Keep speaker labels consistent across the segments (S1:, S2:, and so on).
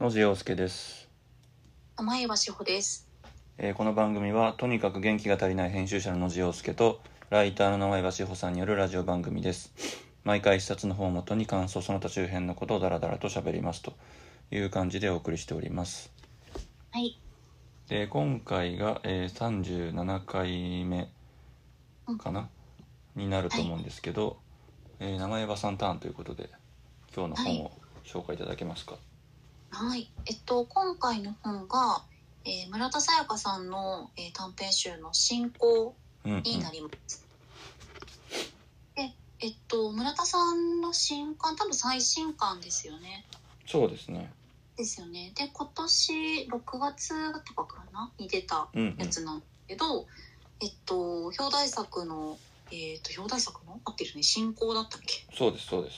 S1: 野次陽介です、
S2: 甘えは志保です。
S1: えーこの番組はとにかく元気が足りない編集者の野次陽介とライターの名前橋穂さんによるラジオ番組です毎回一冊の本をもとに感想その他周辺のことをダラダラと喋りますという感じでお送りしております
S2: はい。
S1: で今回が、えー37回目かな、になると思うんですけど、えー名前場さんターンということで今日の本を紹介いただけますか、
S2: はい。えっと今回の本が、えー村田沙耶香さんの、えー短編集の進行
S1: うんうん
S2: になります。で、えっと村田さんの新刊多分最新刊ですよね。
S1: そうですね
S2: ですよね。で今年6月とかかなに出た
S1: うんうん
S2: やつなんだけど、えっと表題作のえっと表題作の合ってるね進行だったっけ？
S1: そうですそうです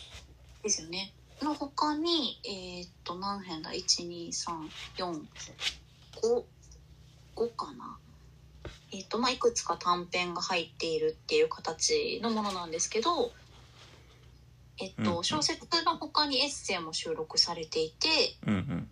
S2: ですよね。の他に、えーっと、何編だ ?1、2、3、4、5、5かな。えーっと、まあ、いくつか短編が入っているっていう形のものなんですけど、えっ
S1: うんう
S2: と、
S1: ん
S2: 小説の他にエッセイも収録されていて、
S1: うんうん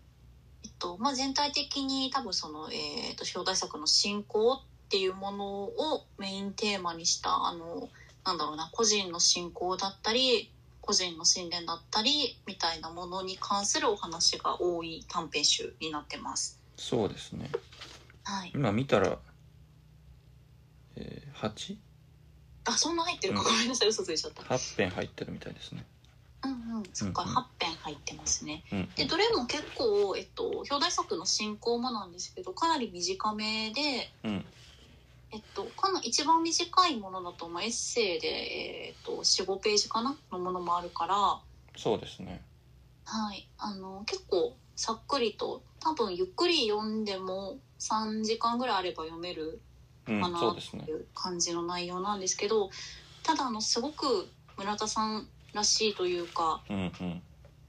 S2: えっと、まあ、全体的に多分その、えーっと、表題作の進行っていうものをメインテーマにした、あの、なんだろうな、個人の信仰だったり、個人の信念だったり、みたいなものに関するお話が多い短編集になってます。
S1: そうですね
S2: はい。
S1: 今見たら、えー、
S2: あ、そんな入ってるか、
S1: うん
S2: ごめんなさい、嘘ついちゃった。
S1: 88編入ってるみたいですね
S2: うんうん、そっか、
S1: うんうん
S2: 8編入ってますね。
S1: うんうん
S2: で、どれも結構、えっと、表題作の進行もなんですけど、かなり短めで、
S1: うん
S2: えっと、かな一番短いものだと、まあ、エッセイで、えっと、4、5ページかなのものもあるから、
S1: そうですね
S2: はい、あの結構さっくりと多分ゆっくり読んでも3時間ぐらいあれば読める
S1: うん
S2: かな
S1: そうです
S2: っ
S1: ね
S2: ていう感じの内容なんですけどただあのすごく村田さんらしいというか、
S1: うんうん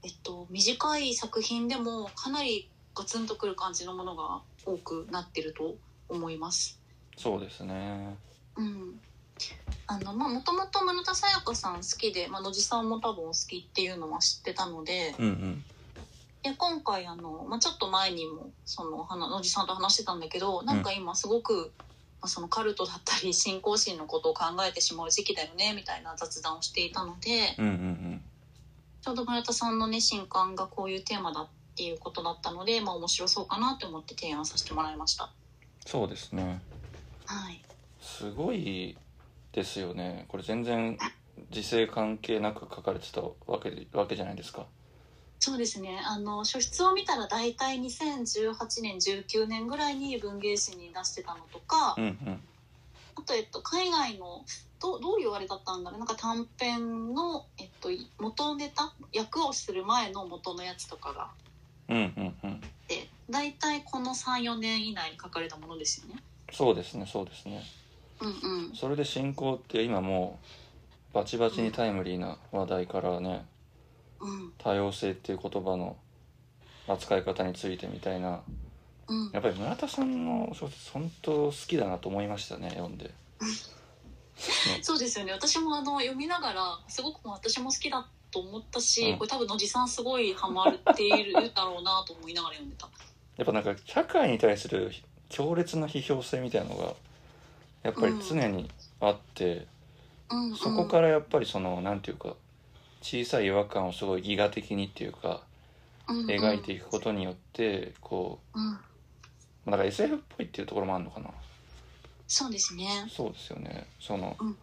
S2: えっと、短い作品でもかなりガツンとくる感じのものが多くなってると思います。
S1: そうですね
S2: うんあのまあもともと村田沙耶香さん好きで、まあ、野地さんも多分お好きっていうのは知ってたので
S1: うんうん
S2: で今回あの、まあ、ちょっと前にもそのはな野地さんと話してたんだけどなんか今すごく、まあ、そのカルトだったり信仰心のことを考えてしまう時期だよねみたいな雑談をしていたので
S1: うんうんうん
S2: ちょうど村田さんのね新刊がこういうテーマだっていうことだったので、まあ、面白そうかなと思って提案させてもらいました。
S1: そうですね
S2: はい、
S1: すごいですよねこれ全然時勢関係なく書かれてたわけでわけじゃないですか
S2: そうですねあの書室を見たら大体2018年19年ぐらいに文芸誌に出してたのとか、
S1: うんうん
S2: あと、えっと、海外のどどういうあれだったんだろうなんか短編の、えっと、元ネタ役をする前の元のやつとかがあ
S1: うんうんうん
S2: って大体この34年以内に書かれたものですよね。
S1: そうですねそうですね
S2: うんうん、
S1: それで進行って今もうバチバチにタイムリーな話題からね、
S2: うん
S1: 多様性っていう言葉の扱い方についてみたいな
S2: うん
S1: やっぱり村田さんの小説本当好きだなと思いましたね読んで
S2: そうですよね私もあの読みながらすごく私も好きだと思ったし、
S1: うん
S2: これ多分野地さんすごいハマっているだろう なと思いながら読んでた。
S1: やっぱなんか社会に対する強烈な批評性みたいなのがやっぱり常にあって、
S2: うんうん、
S1: そこからやっぱりそのなんていうか小さい違和感をすごいギガ的にっていうか描いていくことによってこ
S2: うんうん、
S1: うなんか SF っぽいっていうところもあるのかな
S2: そうですね
S1: そうですよねその
S2: うん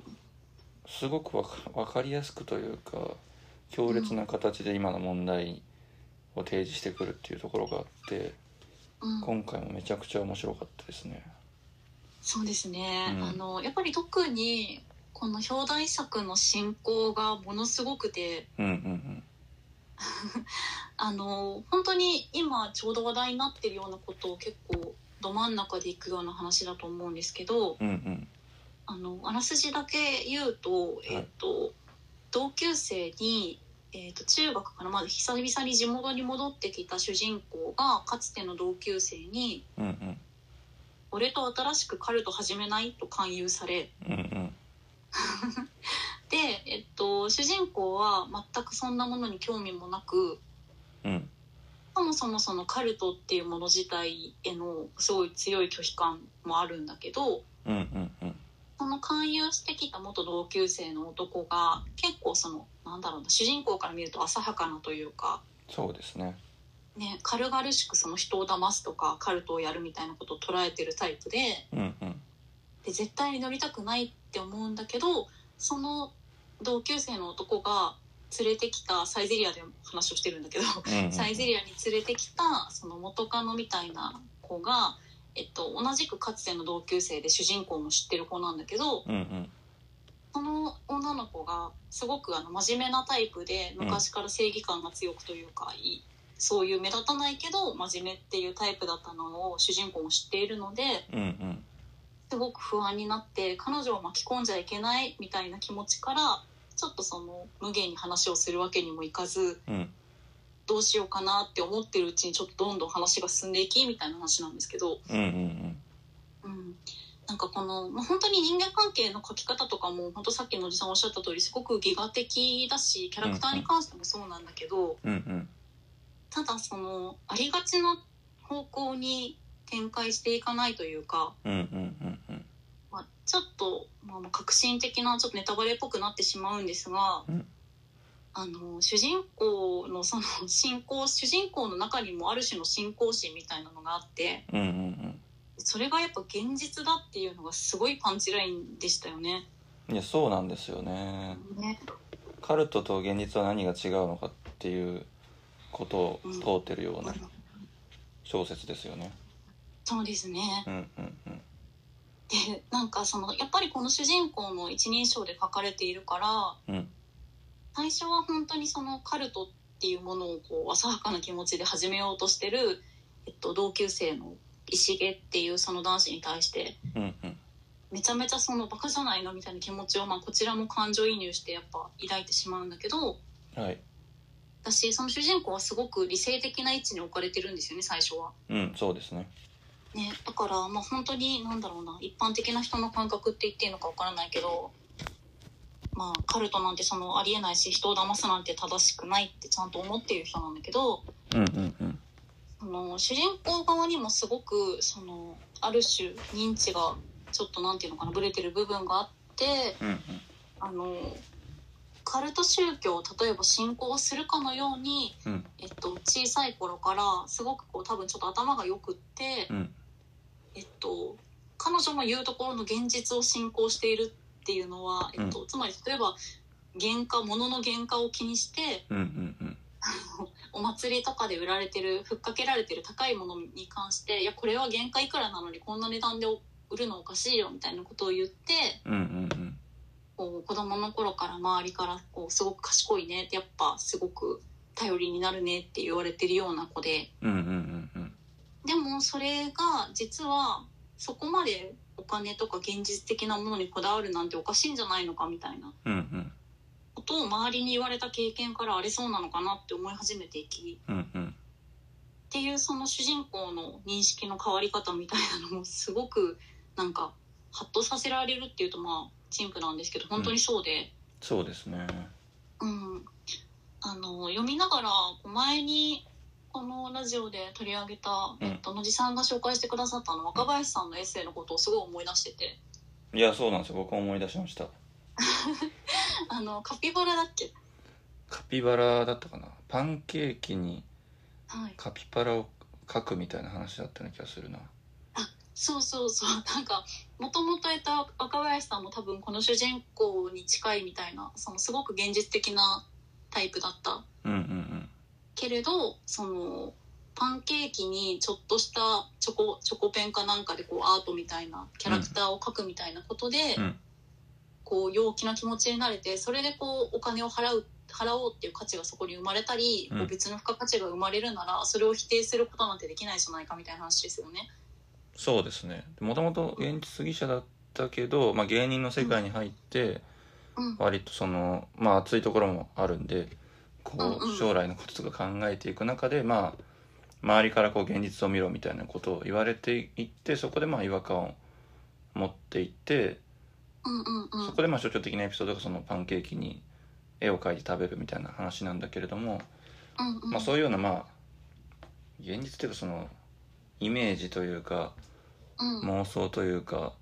S1: すごくわかわかりやすくというか強烈な形で今の問題を提示してくるっていうところがあって
S2: うん、
S1: 今回もめちゃくちゃ面白かったですね。
S2: そうですね、
S1: うん
S2: あのやっぱり特にこの表題作の進行がものすごくて
S1: うんうん
S2: あの本当に今ちょうど話題になってるようなことを結構ど真ん中でいくような話だと思うんですけど
S1: うんうんうん
S2: あのあらすじだけ言うと,、えっと同級生に、えっと中学からまだ久々に地元に戻ってきた主人公がかつての同級生に
S1: うんうん
S2: 「俺と新しくカルト始めない?」と勧誘され
S1: うんうん
S2: で、えっと、主人公は全くそんなものに興味もなく
S1: うん
S2: しかもそもそのカルトっていうもの自体へのすごい強い拒否感もあるんだけど
S1: うんうんうん
S2: その勧誘してきた元同級生の男が結構そのなんだろうな主人公から見ると浅はかなというか、
S1: そうですね
S2: ね、軽々しくその人を騙すとかカルトをやるみたいなことを捉えてるタイプで
S1: うんうん
S2: で絶対に乗りたくないって思うんだけどその同級生の男が連れてきたサイゼリアで話をしてるんだけど。
S1: うんうん
S2: サイゼリアに連れてきたその元カノみたいな子が、えっと、同じくかつての同級生で主人公も知ってる子なんだけど
S1: うんうん
S2: その女の子がすごくあの真面目なタイプで
S1: うん
S2: 昔から正義感が強くというか、いいそういう目立たないけど真面目っていうタイプだったのを主人公も知っているので
S1: うんうん
S2: すごく不安になって彼女を巻き込んじゃいけないみたいな気持ちからちょっとその無限に話をするわけにもいかず。
S1: うん
S2: どうしようかなって思ってるうちにちょっとどんどん話が進んでいきみたいな話なんですけど、
S1: うんうん
S2: うん、なんかこの、まあ、本当に人間関係の書き方とかも本当さっきのおじさんおっしゃった通りすごくギガ的だしキャラクターに関してもそうなんだけど、
S1: うんうん
S2: ただそのありがちな方向に展開していかないというか、
S1: うんうんうんうん
S2: まあ、ちょっと、まあ、まあ革新的なちょっとネタバレっぽくなってしまうんですが、
S1: うん
S2: あの主人公のその信仰主人公の中にもある種の信仰心みたいなのがあって
S1: うんうん
S2: それがやっぱ現実だっていうのがすごいパンチラインでしたよね。
S1: うんいやそうなんですよね
S2: ね
S1: カルトと現実は何が違うのかっていうこと
S2: うん
S1: を問うてるような小説ですよね
S2: そうですね
S1: うんうんうん
S2: でなんかそのやっぱりこの主人公の一人称で書かれているから、
S1: うん
S2: 最初は本当にそのカルトっていうものをこう浅はかな気持ちで始めようとしてる、えっと、同級生の石毛っていうその男子に対して
S1: うんうん
S2: めちゃめちゃそのバカじゃないのみたいな気持ちを、まあ、こちらも感情移入してやっぱ抱いてしまうんだけど
S1: はい
S2: 私その主人公はすごく理性的な位置に置かれてるんですよね最初は。
S1: うんそうですね
S2: ね、だからまあ本当に何だろうな一般的な人の感覚って言っていいのかわからないけど、まあ、カルトなんてそのありえないし人を騙すなんて正しくないってちゃんと思っている人なんだけど
S1: うんうんうん
S2: その主人公側にもすごくそのある種認知がちょっとなんていうのかなブレてる部分があって
S1: うんうん
S2: あのカルト宗教を例えば信仰するかのように、
S1: うん
S2: えっと、小さい頃からすごくこう多分ちょっと頭がよくって。
S1: うん
S2: えっと、彼女の言うところの現実を信仰しているっていうのは、えっと、つまり例えば原価物の原価を気にして
S1: うんうんうん
S2: お祭りとかで売られてるふっかけられてる高いものに関していやこれは原価いくらなのにこんな値段で売るのおかしいよみたいなことを言って
S1: うんうんうん
S2: こう子供の頃から周りからこうすごく賢いねってやっぱすごく頼りになるねって言われてるような子で。
S1: うんうんうんうん
S2: でもそれが実はそこまでお金とか現実的なものにこだわるなんておかしいんじゃないのかみたいな
S1: うん
S2: ことを周りに言われた経験からあれそうなのかなって思い始めていき
S1: うんうんうん
S2: っていうその主人公の認識の変わり方みたいなのもすごくなんかハッとさせられるっていうとまあ陳腐なんですけど本当にそうで、
S1: そうですね
S2: うん、あの読みながらこう前にこのラジオで取り上げた、
S1: うん
S2: えっと、野地さんが紹介してくださったあの若林さんのエッセイのことをすごい思い出してて
S1: いやそうなんですよ僕は思い出しました
S2: あのカピバラだっけ、
S1: カピバラだったかなパンケーキに
S2: はい、
S1: カピバラを描くみたいな話だったような気がするな
S2: そうそうそうなんかもともといた若林さんも多分この主人公に近いみたいなそのすごく現実的なタイプだった
S1: うんうん
S2: けれどそのパンケーキにちょっとしたチョコチョコペンかなんかでこうアートみたいなキャラクターを描くみたいなことで、
S1: うん
S2: こう陽気な気持ちになれてそれでこうお金を払う払おうっていう価値がそこに生まれたり、
S1: うん
S2: こう別の付加価値が生まれるならそれを否定することなんてできないじゃないかみたいな話ですよね。
S1: そうですねもともと現実主義者だったけど、まあ、芸人の世界に入って
S2: うん
S1: 割とそのまあ熱いところもあるんでこ
S2: うんう
S1: うん将来のこととか考えていく中でまあ周りからこう現実を見ろみたいなことを言われていってそこでまあ違和感を持っていって
S2: うんうんうん
S1: そこでまあ象徴的なエピソードがそのパンケーキに絵を描いて食べるみたいな話なんだけれども、
S2: うんうん
S1: まあ、そういうようなまあ現実というかそのイメージというか
S2: うんうん
S1: 妄想というか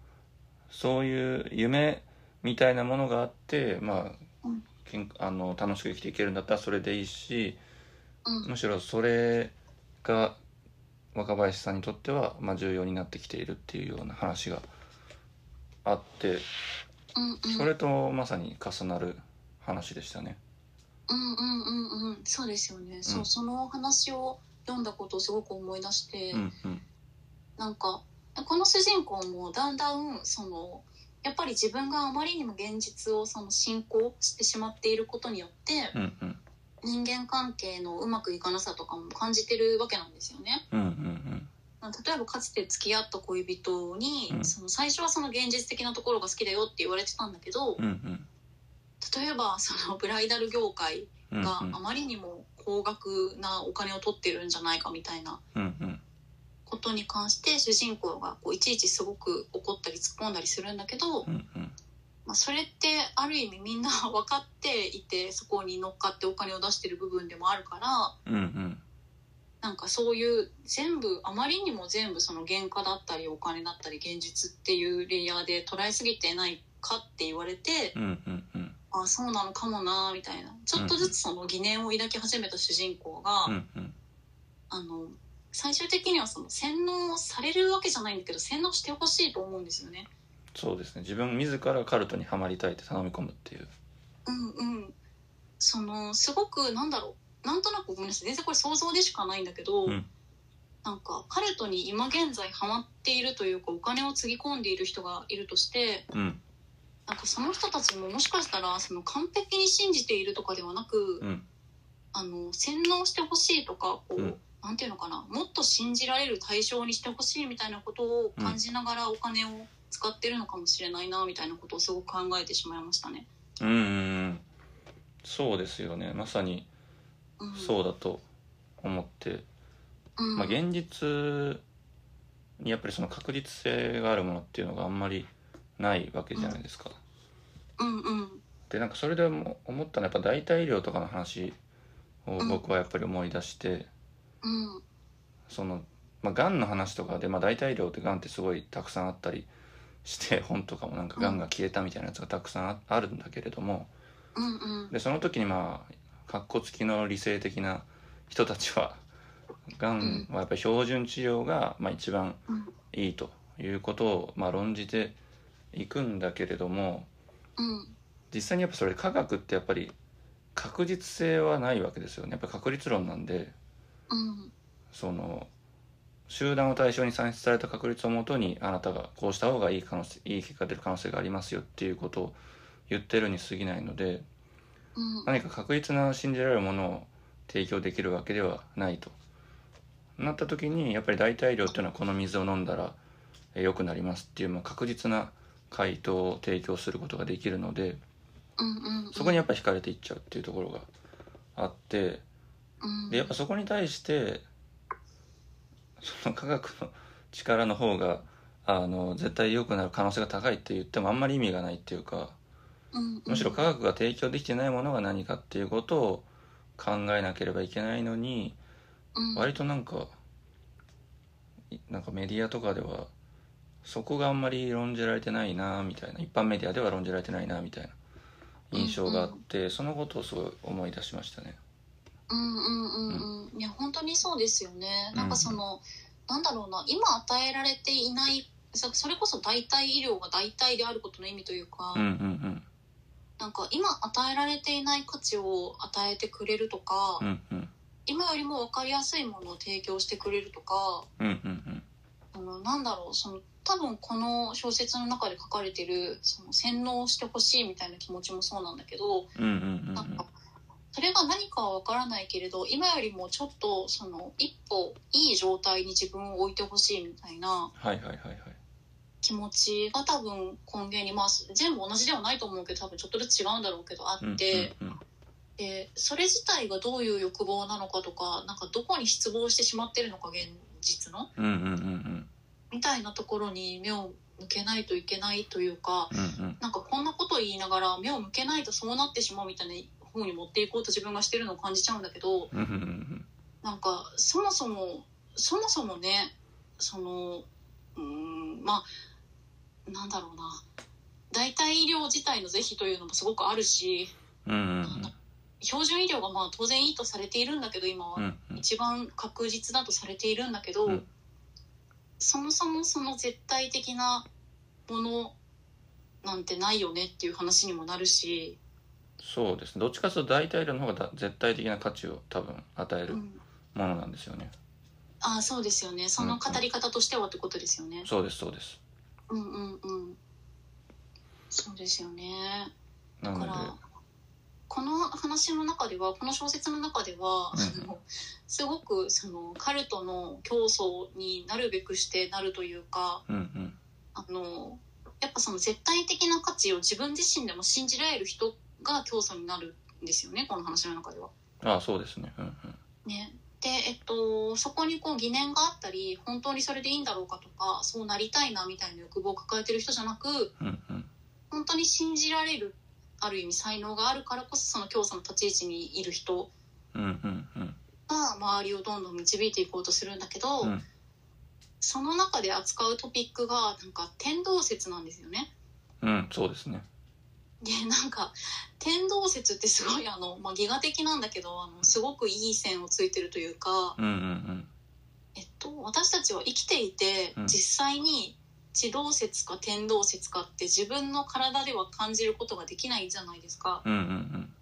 S1: そういう夢みたいなものがあってまあ
S2: うん
S1: けんあの楽しく生きていけるんだったらそれでいいしむしろそれが若林さんにとっては、まあ、重要になってきているっていうような話があって
S2: うんうん
S1: それとまさに重なる話でしたね。
S2: うんうんうんうんそうですよね、そうその話を読んだことをすごく思い出して、
S1: うんうん
S2: なんかこの主人公もだんだんそのやっぱり自分があまりにも現実をその進行してしまっていることによって
S1: うんうん
S2: 人間関係のうまくいかなさとかも感じてるわけなんですよね。
S1: うんうん
S2: 例えばかつて付き合った恋人に、
S1: うん
S2: その最初はその現実的なところが好きだよって言われてたんだけど、
S1: うんうん
S2: 例えばそのブライダル業界
S1: うんうん
S2: があまりにも高額なお金を取ってるんじゃないかみたいな
S1: うんうん
S2: ことに関して主人公がこういちいちすごく怒ったり突っ込んだりするんだけど、
S1: うんうん
S2: まあ、それってある意味みんな分かっていてそこに乗っかってお金を出してる部分でもあるから
S1: うんうん
S2: なんかそういう全部あまりにも全部その原価だったりお金だったり現実っていうレイヤーで捉えすぎてないかって言われて、
S1: うんうんうん
S2: あそうなのかもなみたいなちょっとずつその疑念を抱き始めた主人公が、
S1: うんうん
S2: あの最終的にはその洗脳されるわけじゃないんだけど洗脳してほしいと思うんですよね。
S1: そうですね自分自らカルトにはまりたいって頼み込むっていう
S2: うんうんそのすごくなんだろうなんとなくごめんなさい全然これ想像でしかないんだけど、
S1: うん
S2: なんかカルトに今現在ハマっているというかお金をつぎ込んでいる人がいるとして
S1: うん
S2: なんかその人たちももしかしたらその完璧に信じているとかではなく、
S1: うん
S2: あの洗脳してほしいとかこう、
S1: うん
S2: なんていうのかなもっと信じられる対象にしてほしいみたいなことを感じながらお金を使ってるのかもしれないなみたいなことをすごく考えてしまいましたね。
S1: うんうんうんそうですよねまさに
S2: うん、
S1: そうだと思って、
S2: うん、
S1: まあ、現実にやっぱりその確実性があるものっていうのがあんまりないわけじゃないですか、
S2: うんうん
S1: でなんかそれでも思ったのはやっぱ代替医療とかの話を僕はやっぱり思い出して、
S2: うん
S1: その、まあ、がんの話とかで、まあ、大体量ってがんってすごいたくさんあったりして 本とかもなんかがんが消えたみたいなやつがたくさんああるんだけれども
S2: うんうん
S1: でその時にまあかっこつきの理性的な人たちは がんはやっぱり標準治療がまあ一番
S2: うん
S1: いいということをまあ論じていくんだけれども
S2: うん
S1: 実際にやっぱそれ科学ってやっぱり確実性はないわけですよねやっぱ確率論なんで。
S2: うん
S1: その集団を対象に算出された確率をもとにあなたがこうした方がいい可能性いい結果が出る可能性がありますよっていうことを言ってるに過ぎないので
S2: うん
S1: 何か確実な信じられるものを提供できるわけではないとなった時にやっぱり代替量っていうのはこの水を飲んだらえ良くなりますっていう、まあ、確実な回答を提供することができるので
S2: うんうん
S1: そこにやっぱり惹かれていっちゃうっていうところがあって。
S2: うん
S1: でやっぱそこに対してその科学の力の方があの絶対良くなる可能性が高いって言ってもあんまり意味がないっていうか
S2: うんうん
S1: むしろ科学が提供できてないものが何かっていうことを考えなければいけないのに
S2: うん
S1: 割となんかいなんかメディアとかではそこがあんまり論じられてないなみたいな一般メディアでは論じられてないなみたいな印象があってそのことをすごい思い出しましたね。
S2: うんうんうんうんいや本当にそうですよねなんかそのなんだろうな今与えられていないそそれこそ代替医療が代替であることの意味というか、
S1: うんうん
S2: なんか今与えられていない価値を与えてくれるとか、
S1: うんうんうん
S2: 今よりも分かりやすいものを提供してくれるとか
S1: うんうんうん
S2: あのなんだろうその多分この小説の中で書かれてるその洗脳してほしいみたいな気持ちもそうなんだけど、
S1: うんうんうん
S2: なんかそれが何かは分からないけれど今よりもちょっとその一歩いい状態に自分を置いてほしいみたいな
S1: はいはいはいはい
S2: 気持ちが多分根源にまあ全部同じではないと思うけど多分ちょっとずつ違うんだろうけどあ
S1: うん
S2: って、
S1: うんうん
S2: でそれ自体がどういう欲望なのかとかなんかどこに失望してしまってるのか現実の
S1: うんうんうん
S2: みたいなところに目を向けないといけないというか
S1: うんうん
S2: なんかこんなことを言いながら目を向けないとそうなってしまうみたいな方に持っていこうと自分がしてるのを感じちゃうんだけ
S1: う
S2: ど
S1: んうんうん
S2: なんかそもそもそもそもねそのうーんまあなんだろうな代替医療自体の是非というのもすごくあるし
S1: うんうん
S2: 標準医療がまあ当然いいとされているんだけど今は、
S1: うんうんうん
S2: 一番確実だとされているんだけど、
S1: うん
S2: そもそもその絶対的なものなんてないよねっていう話にもなるし、
S1: そうですねどっちかというと代替量の方がだ絶対的な価値を多分与え
S2: う
S1: る
S2: ん、
S1: ものなんですよね、
S2: ああそうですよねその語り方としてはってことですよね。
S1: そうですそうです
S2: うんうんうんそうですよね
S1: な
S2: だ
S1: の
S2: か
S1: で
S2: らこの話の中ではこの小説の中では、
S1: うんうん
S2: あのすごくそのカルトの競争になるべくしてなるというか、
S1: うんうん
S2: あのやっぱその絶対的な価値を自分自身でも信じられる人が教祖になるんですよねこの話の中では。
S1: ああそうですねうん
S2: ね、で、えっと、そこにこう疑念があったり本当にそれでいいんだろうかとかそうなりたいなみたいな欲望を抱えてる人じゃなく
S1: うんうんうん
S2: 本当に信じられるある意味才能があるからこそその教祖の立ち位置にいる人
S1: うんうんうん
S2: が周りをどんどん導いていこうとするんだけど、
S1: うん
S2: その中で扱うトピックがなんか天動説なんですよね。
S1: うんそうですね
S2: でなんか天動説ってすごいあの、まあ、ギガ的なんだけどあのすごくいい線をついてるというか、
S1: うんうん
S2: えっと、私たちは生きていて
S1: うん
S2: 実際に地動説か天動説かって自分の体では感じることができないじゃないですか。
S1: うんうんうん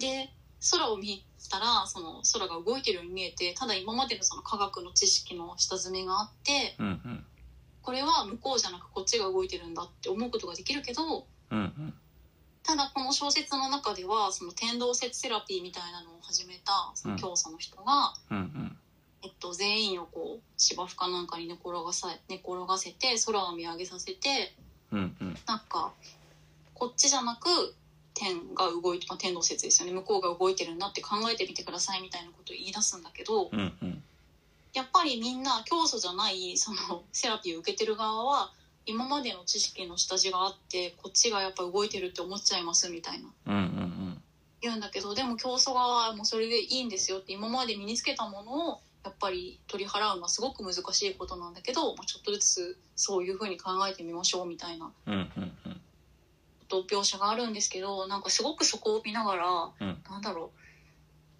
S2: で空を見たらその空が動いてるように見えてただ今までのその科学の知識の下積みがあって
S1: うんうん
S2: これは向こうじゃなくこっちが動いてるんだって思うことができるけど、
S1: うんうん
S2: ただこの小説の中ではその天動説セラピーみたいなのを始めたその教祖の人が、
S1: うんうん
S2: えっと、全員をこう芝生かなんかに寝転がさ寝転がせて空を見上げさせて
S1: うんうん
S2: なんかこっちじゃなく天が動いて、まあ、天動説ですよね向こうが動いてるんだって考えてみてくださいみたいなことを言い出すんだけど
S1: うんうん
S2: やっぱりみんな教祖じゃないそのセラピーを受けてる側は今までの知識の下地があってこっちがやっぱ動いてるって思っちゃいますみたいな。
S1: うんうん
S2: 言うんだけどでも競争側はもうそれでいいんですよって今まで身につけたものをやっぱり取り払うのはすごく難しいことなんだけど、まあ、ちょっとずつそういうふうに考えてみましょうみたいな
S1: うんうんうん
S2: こと描写があるんですけどなんかすごくそこを見ながら、
S1: うん
S2: なんだろ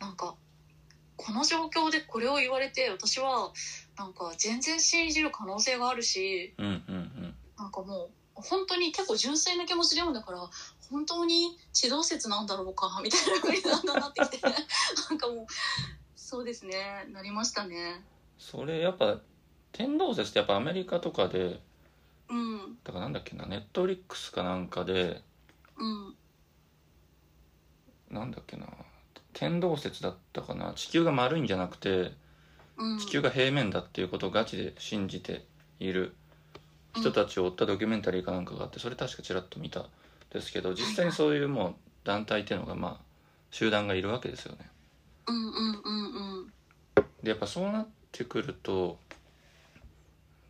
S2: うなんかこの状況でこれを言われて私はなんか全然信じる可能性があるし
S1: うんうん
S2: なんかもう本当に結構純粋な気持ちで読んだから本当に地動説なんだろうかみたいな感じなんだなってきて なんかもうそうですねなりましたね
S1: それやっぱ天動説ってやっぱアメリカとかで
S2: うん
S1: だからなんだっけなネットフリックスかなんかで
S2: うん
S1: なんだっけな天動説だったかな地球が丸いんじゃなくて
S2: うん
S1: 地球が平面だっていうことをガチで信じている人たちを追ったドキュメンタリーかなんかがあってそれ確かちらっと見たんですけど実際にそういうもう団体っていうのがまあ集団がいるわけですよね。
S2: うんうんうんうん
S1: でやっぱそうなってくると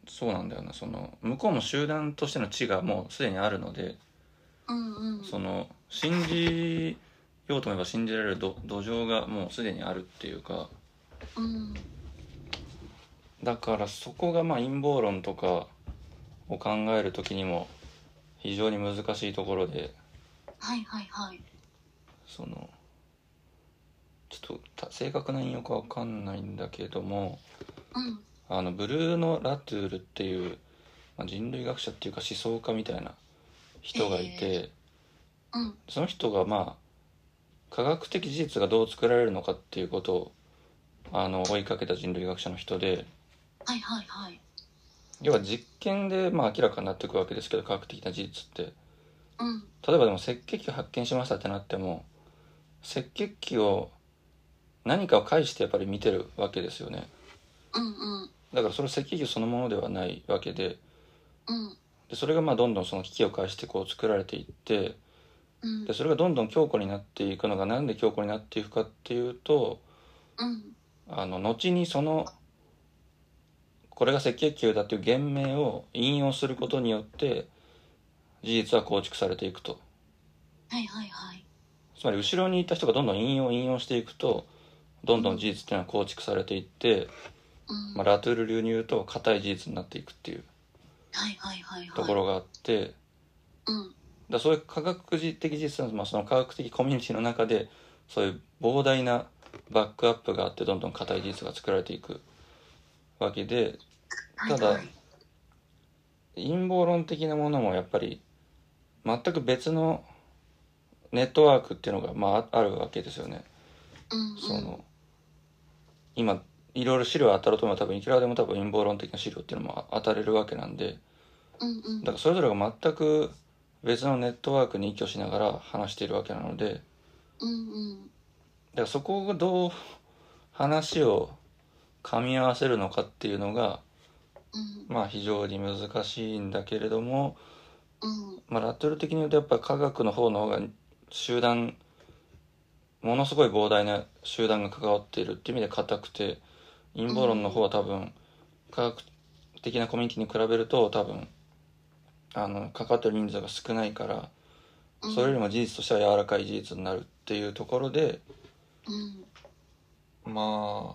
S1: そうなんだよなその向こうも集団としての地がもうすでにあるので
S2: うんうん
S1: その信じようと思えば信じられる土土壌がもうすでにあるっていうか
S2: うん
S1: だからそこがまあ陰謀論とかを考える時にも非常に難しいところで
S2: はいはいはい
S1: そのちょっとた正確な引用かわかんないんだけども
S2: うん
S1: あのブルーノ・ラトゥールっていう、まあ、人類学者っていうか思想家みたいな人がいて、
S2: うん
S1: その人がまあ科学的事実がどう作られるのかっていうことをあの追いかけた人類学者の人で
S2: はいはいはい
S1: 要は実験でまあ明らかになっていくわけですけど科学的な事実って
S2: うん
S1: 例えばでも赤血球発見しましたってなっても赤血球を何かを介してやっぱり見てるわけですよね
S2: うんうん
S1: だからそれ赤血球そのものではないわけで
S2: うん
S1: でそれがまあどんどんその危機を介してこう作られていって
S2: うん
S1: でそれがどんどん強固になっていくのがなんで強固になっていくかっていうと
S2: うん
S1: あの後にそのこれが赤血球だという原名を引用することによって事実は構築されていくと
S2: はいはいはい
S1: つまり後ろにいた人がどんどん引用引用していくとどんどん事実っていうのは構築されていって、
S2: うん
S1: まあ、ラトゥール流に言うと固い事実になっていくっていう
S2: はいはいはいはい
S1: ところがあって、だか
S2: うん
S1: らそういう科学的事実の,、まあその科学的コミュニティの中でそういう膨大なバックアップがあってどんどん固い事実が作られていくわけで
S2: は
S1: た
S2: い
S1: だ
S2: はい
S1: 陰謀論的なものもやっぱり全く別のネットワークっていうのが、まあ、あるわけですよね。
S2: うんうん
S1: その今いろいろ資料当たると思えば多分いくらでも多分陰謀論的な資料っていうのも当たれるわけなんで
S2: うんうん
S1: だからそれぞれが全く別のネットワークに依拠しながら話しているわけなのでだか
S2: うんうん
S1: らそこをどう話を噛み合わせるのかっていうのが
S2: うん
S1: まあ非常に難しいんだけれども、
S2: うん
S1: まあ、ラットル的に言うとやっぱ科学の方の方が集団ものすごい膨大な集団が関わっているっていう意味で硬くて陰謀論の方は多分科学的なコミュニティに比べると多分あの関わってる人数が少ないから
S2: うん
S1: それよりも事実としては柔らかい事実になるっていうところで
S2: うん
S1: まあ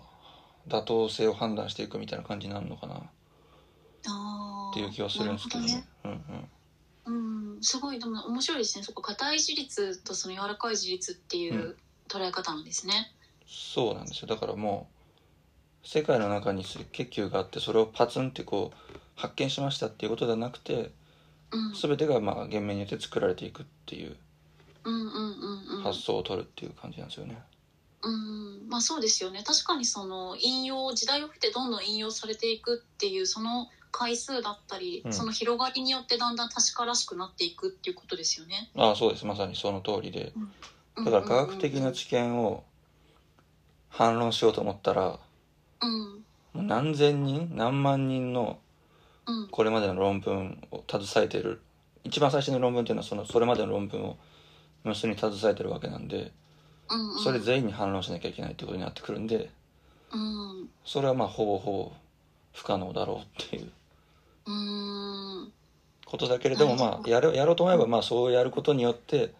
S1: 妥当性を判断していくみたいな感じになるのかなっ
S2: あー
S1: ていう気はするんですけど
S2: な
S1: ね
S2: ほ。
S1: うんうん
S2: どねうんすごいでも面白いですねそこ硬い自立とその柔らかい自立っていうう捉え方なんですね
S1: そうなんですよだからもう世界の中に赤血球があってそれをパツンってこう発見しましたっていうことではなくて
S2: うん
S1: 全てがまあ厳命によって作られていくっていう
S2: うんうんうんうん
S1: 発想を取るっていう感じなんですよね。
S2: うんまあそうですよね確かにその引用時代を経てどんどん引用されていくっていうその回数だったり、
S1: うん
S2: その広がりによってだんだん確からしくなっていくっていうことですよね。
S1: ああそうですまさにその通りで
S2: だ
S1: だから科学的な知見を反論しようと思ったら
S2: うん
S1: もう何千人何万人の
S2: うん
S1: これまでの論文を携えている一番最新の論文っていうのはそのそれまでの論文を無数に携えてるわけなんで
S2: うんうん
S1: それ全員に反論しなきゃいけないってことになってくるんで。
S2: うん
S1: それはまあほぼほぼ不可能だろうっていう
S2: うん
S1: ことだけれども
S2: なる
S1: ま
S2: ほ
S1: あ
S2: ど
S1: やるやろうと思えばまあそうやることによって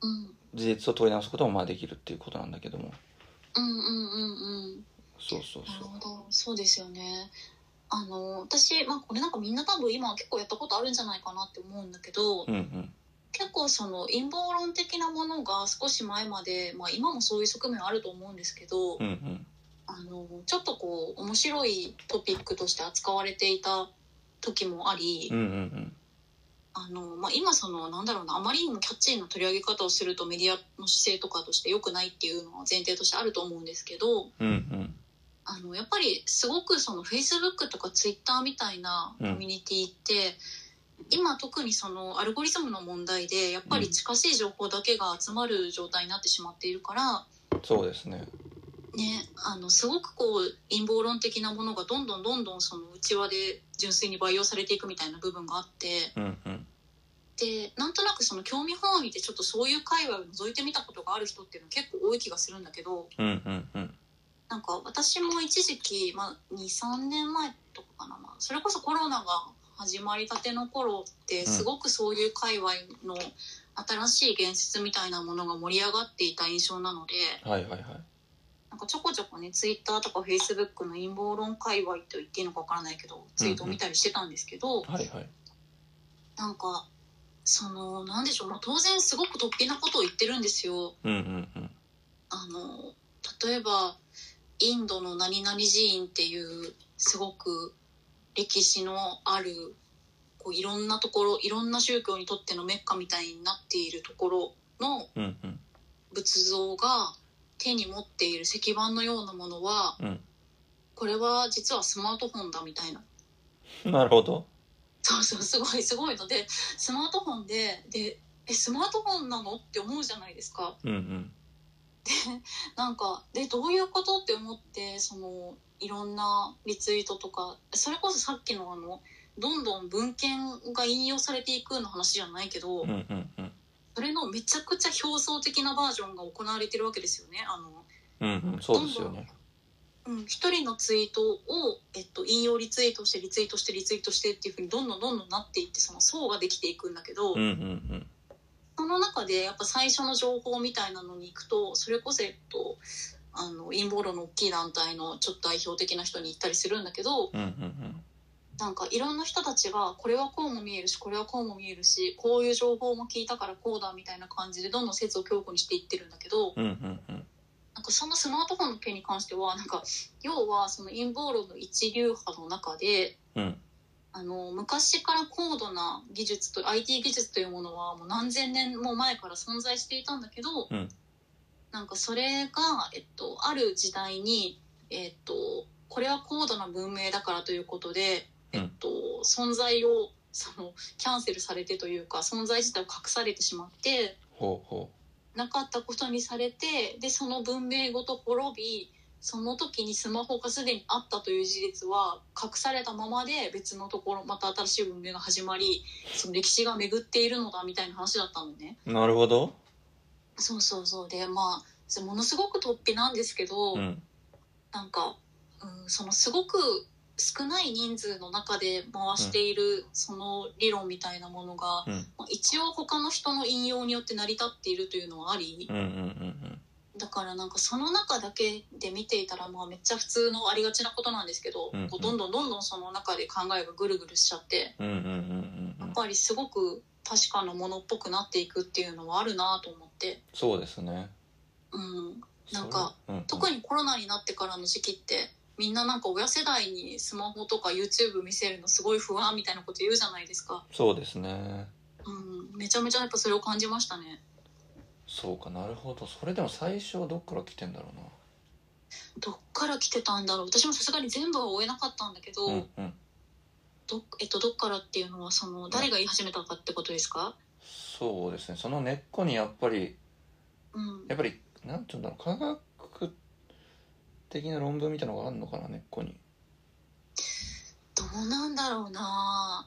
S2: うん
S1: 事実を問い直すこともまあできるっていうことなんだけども
S2: うんうんうんうん
S1: そうそう
S2: なる
S1: そう
S2: ほどそうですよねあの私、まあ、これなんかみんな多分今結構やったことあるんじゃないかなって思うんだけど、
S1: うんうん
S2: 結構その陰謀論的なものが少し前まで、まあ、今もそういう側面はあると思うんですけど、
S1: うんうん
S2: あのちょっとこう面白いトピックとして扱われていた時もあり、
S1: うんうんうん
S2: あのまあ、今そのなんだろうなあまりにもキャッチーな取り上げ方をするとメディアの姿勢とかとして良くないっていうのは前提としてあると思うんですけど、
S1: うんうん
S2: あのやっぱりすごくそのフェイスブックとかツイッターみたいなコミュニティって、今特にそのアルゴリズムの問題でやっぱり近しい情報だけが集まる状態になってしまっているから、
S1: そうですね
S2: ね、あのすごくこう陰謀論的なものがどんどんどんどんその内輪で純粋に培養されていくみたいな部分があって
S1: うんうん
S2: でなんとなくその興味本位でちょっとそういう界隈を覗いてみたことがある人っていうの結構多い気がするんだけど。
S1: うんうんうん
S2: なんか私も一時期、まあ、23年前とかかな、まあそれこそコロナが始まりたての頃ってすごくそういう界隈の新しい言説みたいなものが盛り上がっていた印象なので
S1: はいはいはい
S2: なんかちょこちょこねツイッターとかフェイスブックの陰謀論界隈と言っていいのかわからないけどツイートを見たりしてたんですけど、
S1: はいはい
S2: なんかそのなんでしょう、まあ、当然すごく突飛なことを言ってるんですよ。
S1: うんうんうん
S2: あの例えばインドの何々寺院っていうすごく歴史のあるこういろんなところいろんな宗教にとってのメッカみたいになっているところの
S1: うんうん
S2: 仏像が手に持っている石板のようなものは、
S1: うん
S2: これは実はスマートフォンだみたいな
S1: なるほど
S2: そうそうすごいすごいのでスマートフォンででえスマートフォンなのって思うじゃないですか。
S1: うんうん
S2: なんかでどういうことって思ってそのいろんなリツイートとかそれこそさっきのあのどんどん文献が引用されていくの話じゃないけど、
S1: うんうんうん
S2: それのめちゃくちゃ表層的なバージョンが行われてるわけですよね。あの
S1: うんうんそうですよね
S2: うん、一人のツイートを、えっと、引用リツイートしてリツイートしてリツイートしてっていうふうにどんどんどんどんなっていってその層ができていくんだけど、
S1: うんうん
S2: その中でやっぱ最初の情報みたいなのに行くとそれこそえっとあの陰謀論の大きい団体のちょっと代表的な人に行ったりするんだけど
S1: うんうん
S2: なんかいろんな人たちがこれはこうも見えるしこれはこうも見えるしこういう情報も聞いたからこうだみたいな感じでどんどん説を強固にしていってるんだけど
S1: うんうんうんうん
S2: なんかそのスマートフォンの件に関してはなんか要はその陰謀論の一流派の中で
S1: うん
S2: あの昔から高度な技術と IT 技術というものはもう何千年も前から存在していたんだけど、
S1: うん
S2: なんかそれが、えっと、ある時代に、えっと、これは高度な文明だからということで、
S1: うん
S2: えっと、存在をそのキャンセルされてというか存在自体を隠されてしまって
S1: ほうほ
S2: なかったことにされてでその文明ごと滅びその時にスマホがすでにあったという事実は隠されたままで別のところまた新しい文明が始まりその歴史が巡っているのだみたいな話だったのね。
S1: うなるほど
S2: そうそうそうでまあそれものすごく突飛なんですけど、
S1: うん
S2: なんか、うん、そのすごく少ない人数の中で回しているその理論みたいなものが、
S1: うん
S2: まあ一応他の人の引用によって成り立っているというのはあり、
S1: うんうんうん
S2: だからなんかその中だけで見ていたらまあめっちゃ普通のありがちなことなんですけど、
S1: うんうん
S2: こうどんどんどんどんその中で考えがぐるぐるしちゃって
S1: うんうんうんうんう
S2: や
S1: んう
S2: っ
S1: ん
S2: ぱりすごく確かなものっぽくなっていくっていうのはあるなと思って、
S1: そうですね
S2: うん、なんか
S1: それうんうん
S2: 特にコロナになってからの時期ってみんななんか親世代にスマホとか YouTube 見せるのすごい不安みたいなこと言うじゃないですか、
S1: そうですね
S2: うん、めちゃめちゃやっぱそれを感じましたね
S1: そうかなるほどそれでも最初はどっから来てんだろう
S2: どっから来てたんだろう私もさすがに全部は追えなかったんだけど、
S1: なうんうん
S2: どえっと、どっからっていうのはその誰が言い始めたかってことですか、
S1: そうですねその根っこにやっぱり
S2: うん、
S1: やっぱりなんて言うんだろう科学的な論文みたいなのがあるのかな根っこに
S2: どうなんだろうな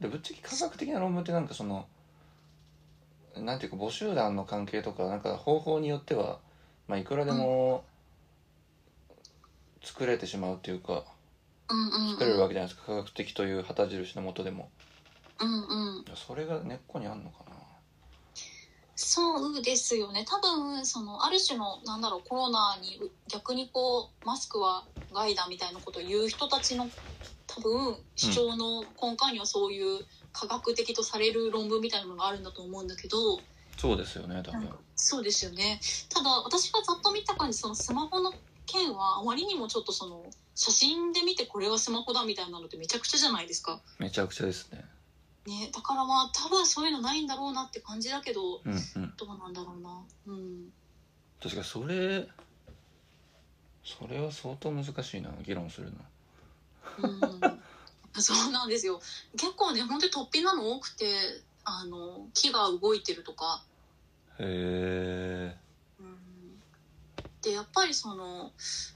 S1: でぶっちゃけ科学的な論文ってなんかそのなんていうか母集団の関係とかなんか方法によっては、まあ、いくらでも作れてしまうというか
S2: うんうん
S1: 作れるわけじゃないですか科学的という旗印のもとでも
S2: うんうん
S1: それが根っこにあんのかな
S2: そうですよね多分そのある種のなんだろうコロナに逆にこうマスクは害だみたいなことを言う人たちの多分主張の根幹にはそういう科学的とされる論文みたいなのがあるんだと思うんだけど、
S1: そうですよね多
S2: なん
S1: 分
S2: かそうですよねただ私がざっと見た感じそのスマホの件はあまりにもちょっとその写真で見てこれはスマホだみたいなのってめちゃくちゃじゃないですか、
S1: めちゃくちゃですね
S2: ね、だからまあ多分そういうのないんだろうなって感じだけど
S1: うんうん
S2: どうなんだろうなうん
S1: 確かにそれそれは相当難しいな議論するの
S2: うんそうなんですよ結構ね本当に突飛なの多くてあの木が動いてるとか
S1: へえ
S2: うんでやっぱりその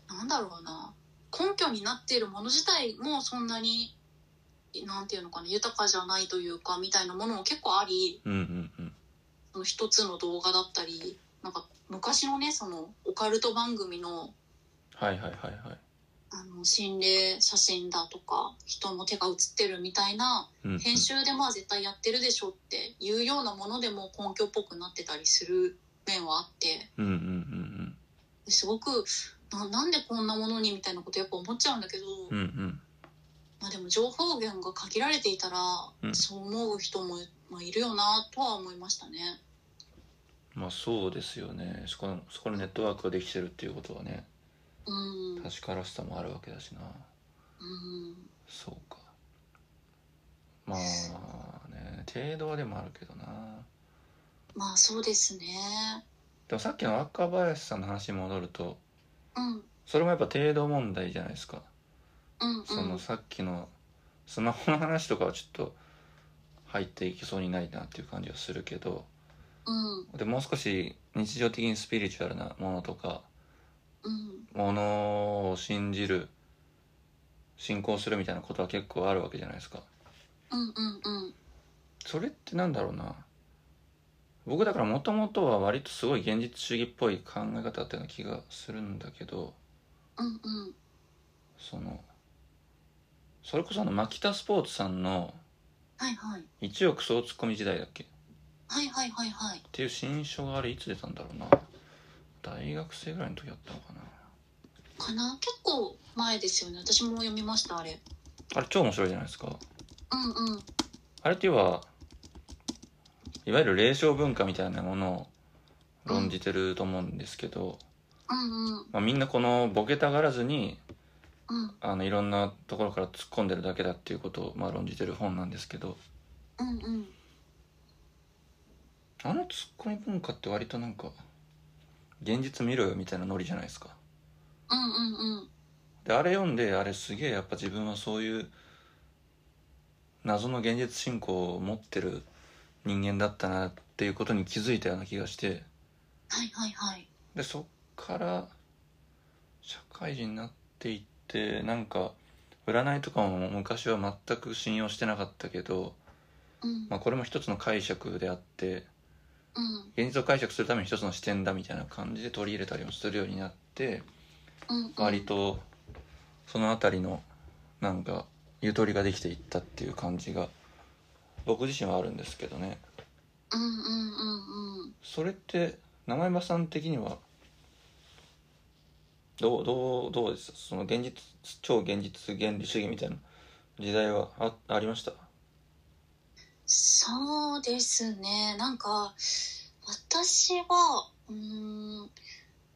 S2: なんだろうな根拠になっているもの自体もそんなになんていうのかな豊かじゃないというかみたいなものも結構あり
S1: うんうんうん
S2: その一つの動画だったりなんか昔のねそのオカルト番組の
S1: はいはいはいはい
S2: あの心霊写真だとか人の手が写ってるみたいな
S1: うんうん
S2: 編集でまあ絶対やってるでしょっていうようなものでも根拠っぽくなってたりする面はあって。
S1: うんうんうんうん
S2: すごくななんでこんなものにみたいなことやっぱ思っちゃうんだけど、
S1: うんうん
S2: まあ、でも情報源が限られていたら、
S1: うん
S2: そう思う人も、まあ、いるよなとは思いましたね。
S1: まあそうですよねそこのそこのネットワークができてるっていうことはね
S2: うん、うん、
S1: 確からしさもあるわけだしなそうかまあね程度はでもあるけどな
S2: まあそうですね。
S1: でもさっきの若林さんの話に戻ると
S2: うん、うん、
S1: それもやっぱ程度問題じゃないですか
S2: うん、
S1: そのさっきのスマホの話とかはちょっと入っていけそうにないなっていう感じはするけど
S2: うん、
S1: でもう少し日常的にスピリチュアルなものとか
S2: うん、
S1: ものを信じる信仰するみたいなことは結構あるわけじゃないですか
S2: うん、うん、うん、
S1: それってなんだろうな僕だからもともとは割とすごい現実主義っぽい考え方だったような気がするんだけど
S2: うん、うん、
S1: そのそれこそあのマキタスポーツさんの
S2: はいはい。
S1: 「一億総ツッコミ時代」だっけっ
S2: はいはいはいはい。
S1: ていう新書があれいつ出たんだろうな大学生ぐらいの時やったのかな
S2: かな結構前ですよね私も読みましたあれ
S1: あれ超面白いじゃないですか
S2: うんうん
S1: あれっていうはいわゆる霊障文化みたいなものを論じてると思うんですけど、
S2: うんうん
S1: まあ、みんなこのボケたがらずに
S2: うん
S1: あのいろんなところから突っ込んでるだけだっていうことをまあ論じてる本なんですけど
S2: うんうん
S1: あのツッコミ文化って割となんか現実見ろよみたいなノリじゃないですか
S2: うんうんうん
S1: であれ読んであれすげえやっぱ自分はそういう謎の現実信仰を持ってる人間だったなっていうことに気づいたような気がして
S2: はいはいはい
S1: でそっから社会人になっていってなんか占いとかも昔は全く信用してなかったけど、
S2: うん
S1: まあ、これも一つの解釈であって
S2: うん
S1: 現実を解釈するために一つの視点だみたいな感じで取り入れたりもするようになって
S2: うんうん
S1: 割とその辺りのなんかゆとりができていったっていう感じが僕自身はあるんですけどね
S2: うんうんうんうん
S1: それって生山さん的にはどうどうどうですその現実超現実原理主義みたいな時代はあありました
S2: そうですねなんか私はうーん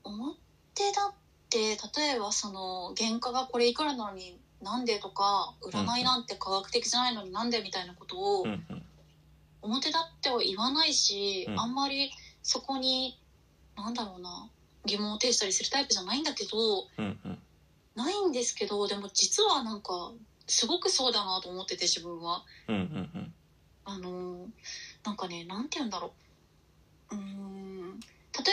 S2: 表だって例えばその原価がこれいくらなのになんでとか占いなんて科学的じゃないのになんでみたいなことを
S1: うんうん
S2: 表だっては言わないし、
S1: うん
S2: あんまりそこになんだろうな疑問を呈したりするタイプじゃないんだけど
S1: うんうん
S2: ないんですけどでも実はなんかすごくそうだなと思ってて自分は。
S1: うんうんうん
S2: あのーなんかねなんて言うんだろううーん例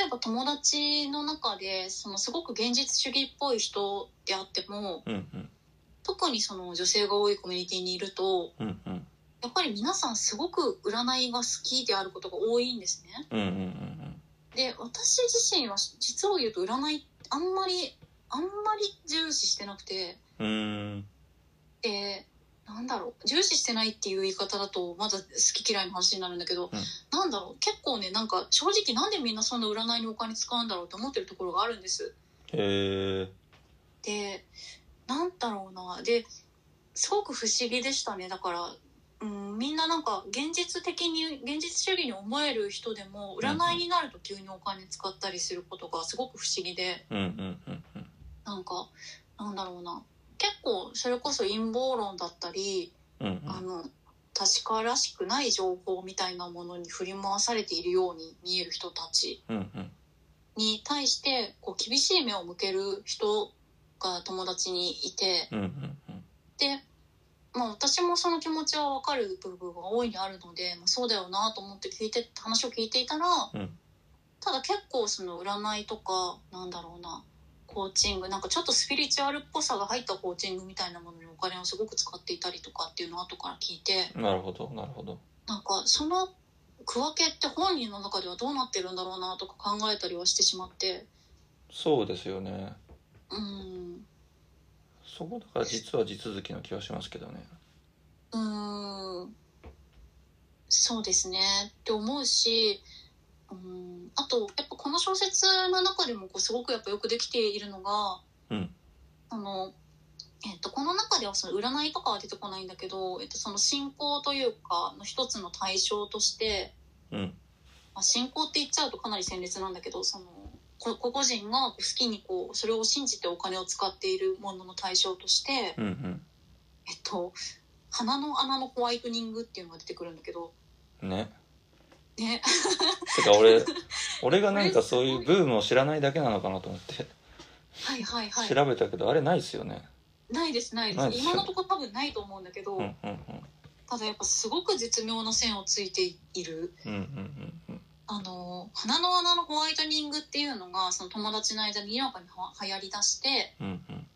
S2: えば友達の中でそのすごく現実主義っぽい人であっても
S1: うんうん
S2: 特にその女性が多いコミュニティにいると
S1: うんうん
S2: やっぱり皆さんすごく占いが好きであることが多いんですね。
S1: うんうんうん
S2: で私自身は実を言うと占いあんまりあんまり重視してなくて
S1: うんうん
S2: でなんだろう重視してないっていう言い方だとまだ好き嫌いの話になるんだけ
S1: う
S2: ど、
S1: ん
S2: なんだろう結構ねなんか正直なんでみんなそんな占いにお金使うんだろうって思ってるところがあるんです。
S1: へえ
S2: でなんだろうなですごく不思議でしたねだから、うん、みんななんか現実的に現実主義に思える人でも占いになると急にお金使ったりすることがすごく不思議で。
S1: うんうんうんうん
S2: なんかなんだろうな結構それこそ陰謀論だったり、
S1: うんうん
S2: あの確からしくない情報みたいなものに振り回されているように見える人たち
S1: うんうん
S2: に対してこう厳しい目を向ける人が友達にいて
S1: うんうんうん
S2: で、まあ、私もその気持ちは分かる部分が大いにあるので、まあ、そうだよなと思って聞いて話を聞いていたら、
S1: うん
S2: ただ結構その占いとかなんだろうなコーチングなんかちょっとスピリチュアルっぽさが入ったコーチングみたいなものにお金をすごく使っていたりとかっていうのを後から聞いて
S1: なるほどなるほど
S2: なんかその区分けって本人の中ではどうなってるんだろうなとか考えたりはしてしまって
S1: そうですよね
S2: うん
S1: そこだから実は地続きの気はしますけどね
S2: うーんそうですねって思うしうんあとやっぱこの小説の中でもこうすごくやっぱよくできているのが、
S1: うん
S2: あの、えっとこの中ではその占いとかは出てこないんだけど、えっとその信仰というかの一つの対象として、
S1: うん
S2: まあ、信仰って言っちゃうとかなり鮮烈なんだけどそのこ個々人が好きにこうそれを信じてお金を使っているものの対象として、
S1: うんうん
S2: えっと、鼻の穴のホワイトニングっていうのが出てくるんだけど、
S1: ね。
S2: ね、
S1: てか俺、俺がなんかそういうブームを知らないだけなのかなと思って
S2: はいはいはい。
S1: 調べたけど、あれないですよね。
S2: ないですないです
S1: ないですよ
S2: 今
S1: ね
S2: のところ多分ないと思うんだけど、
S1: うんうん
S2: ただやっぱすごく絶妙な線をついている
S1: うんうんうんうん
S2: あの鼻の穴のホワイトニングっていうのがその友達の間ににわかには流行りだして
S1: うんうん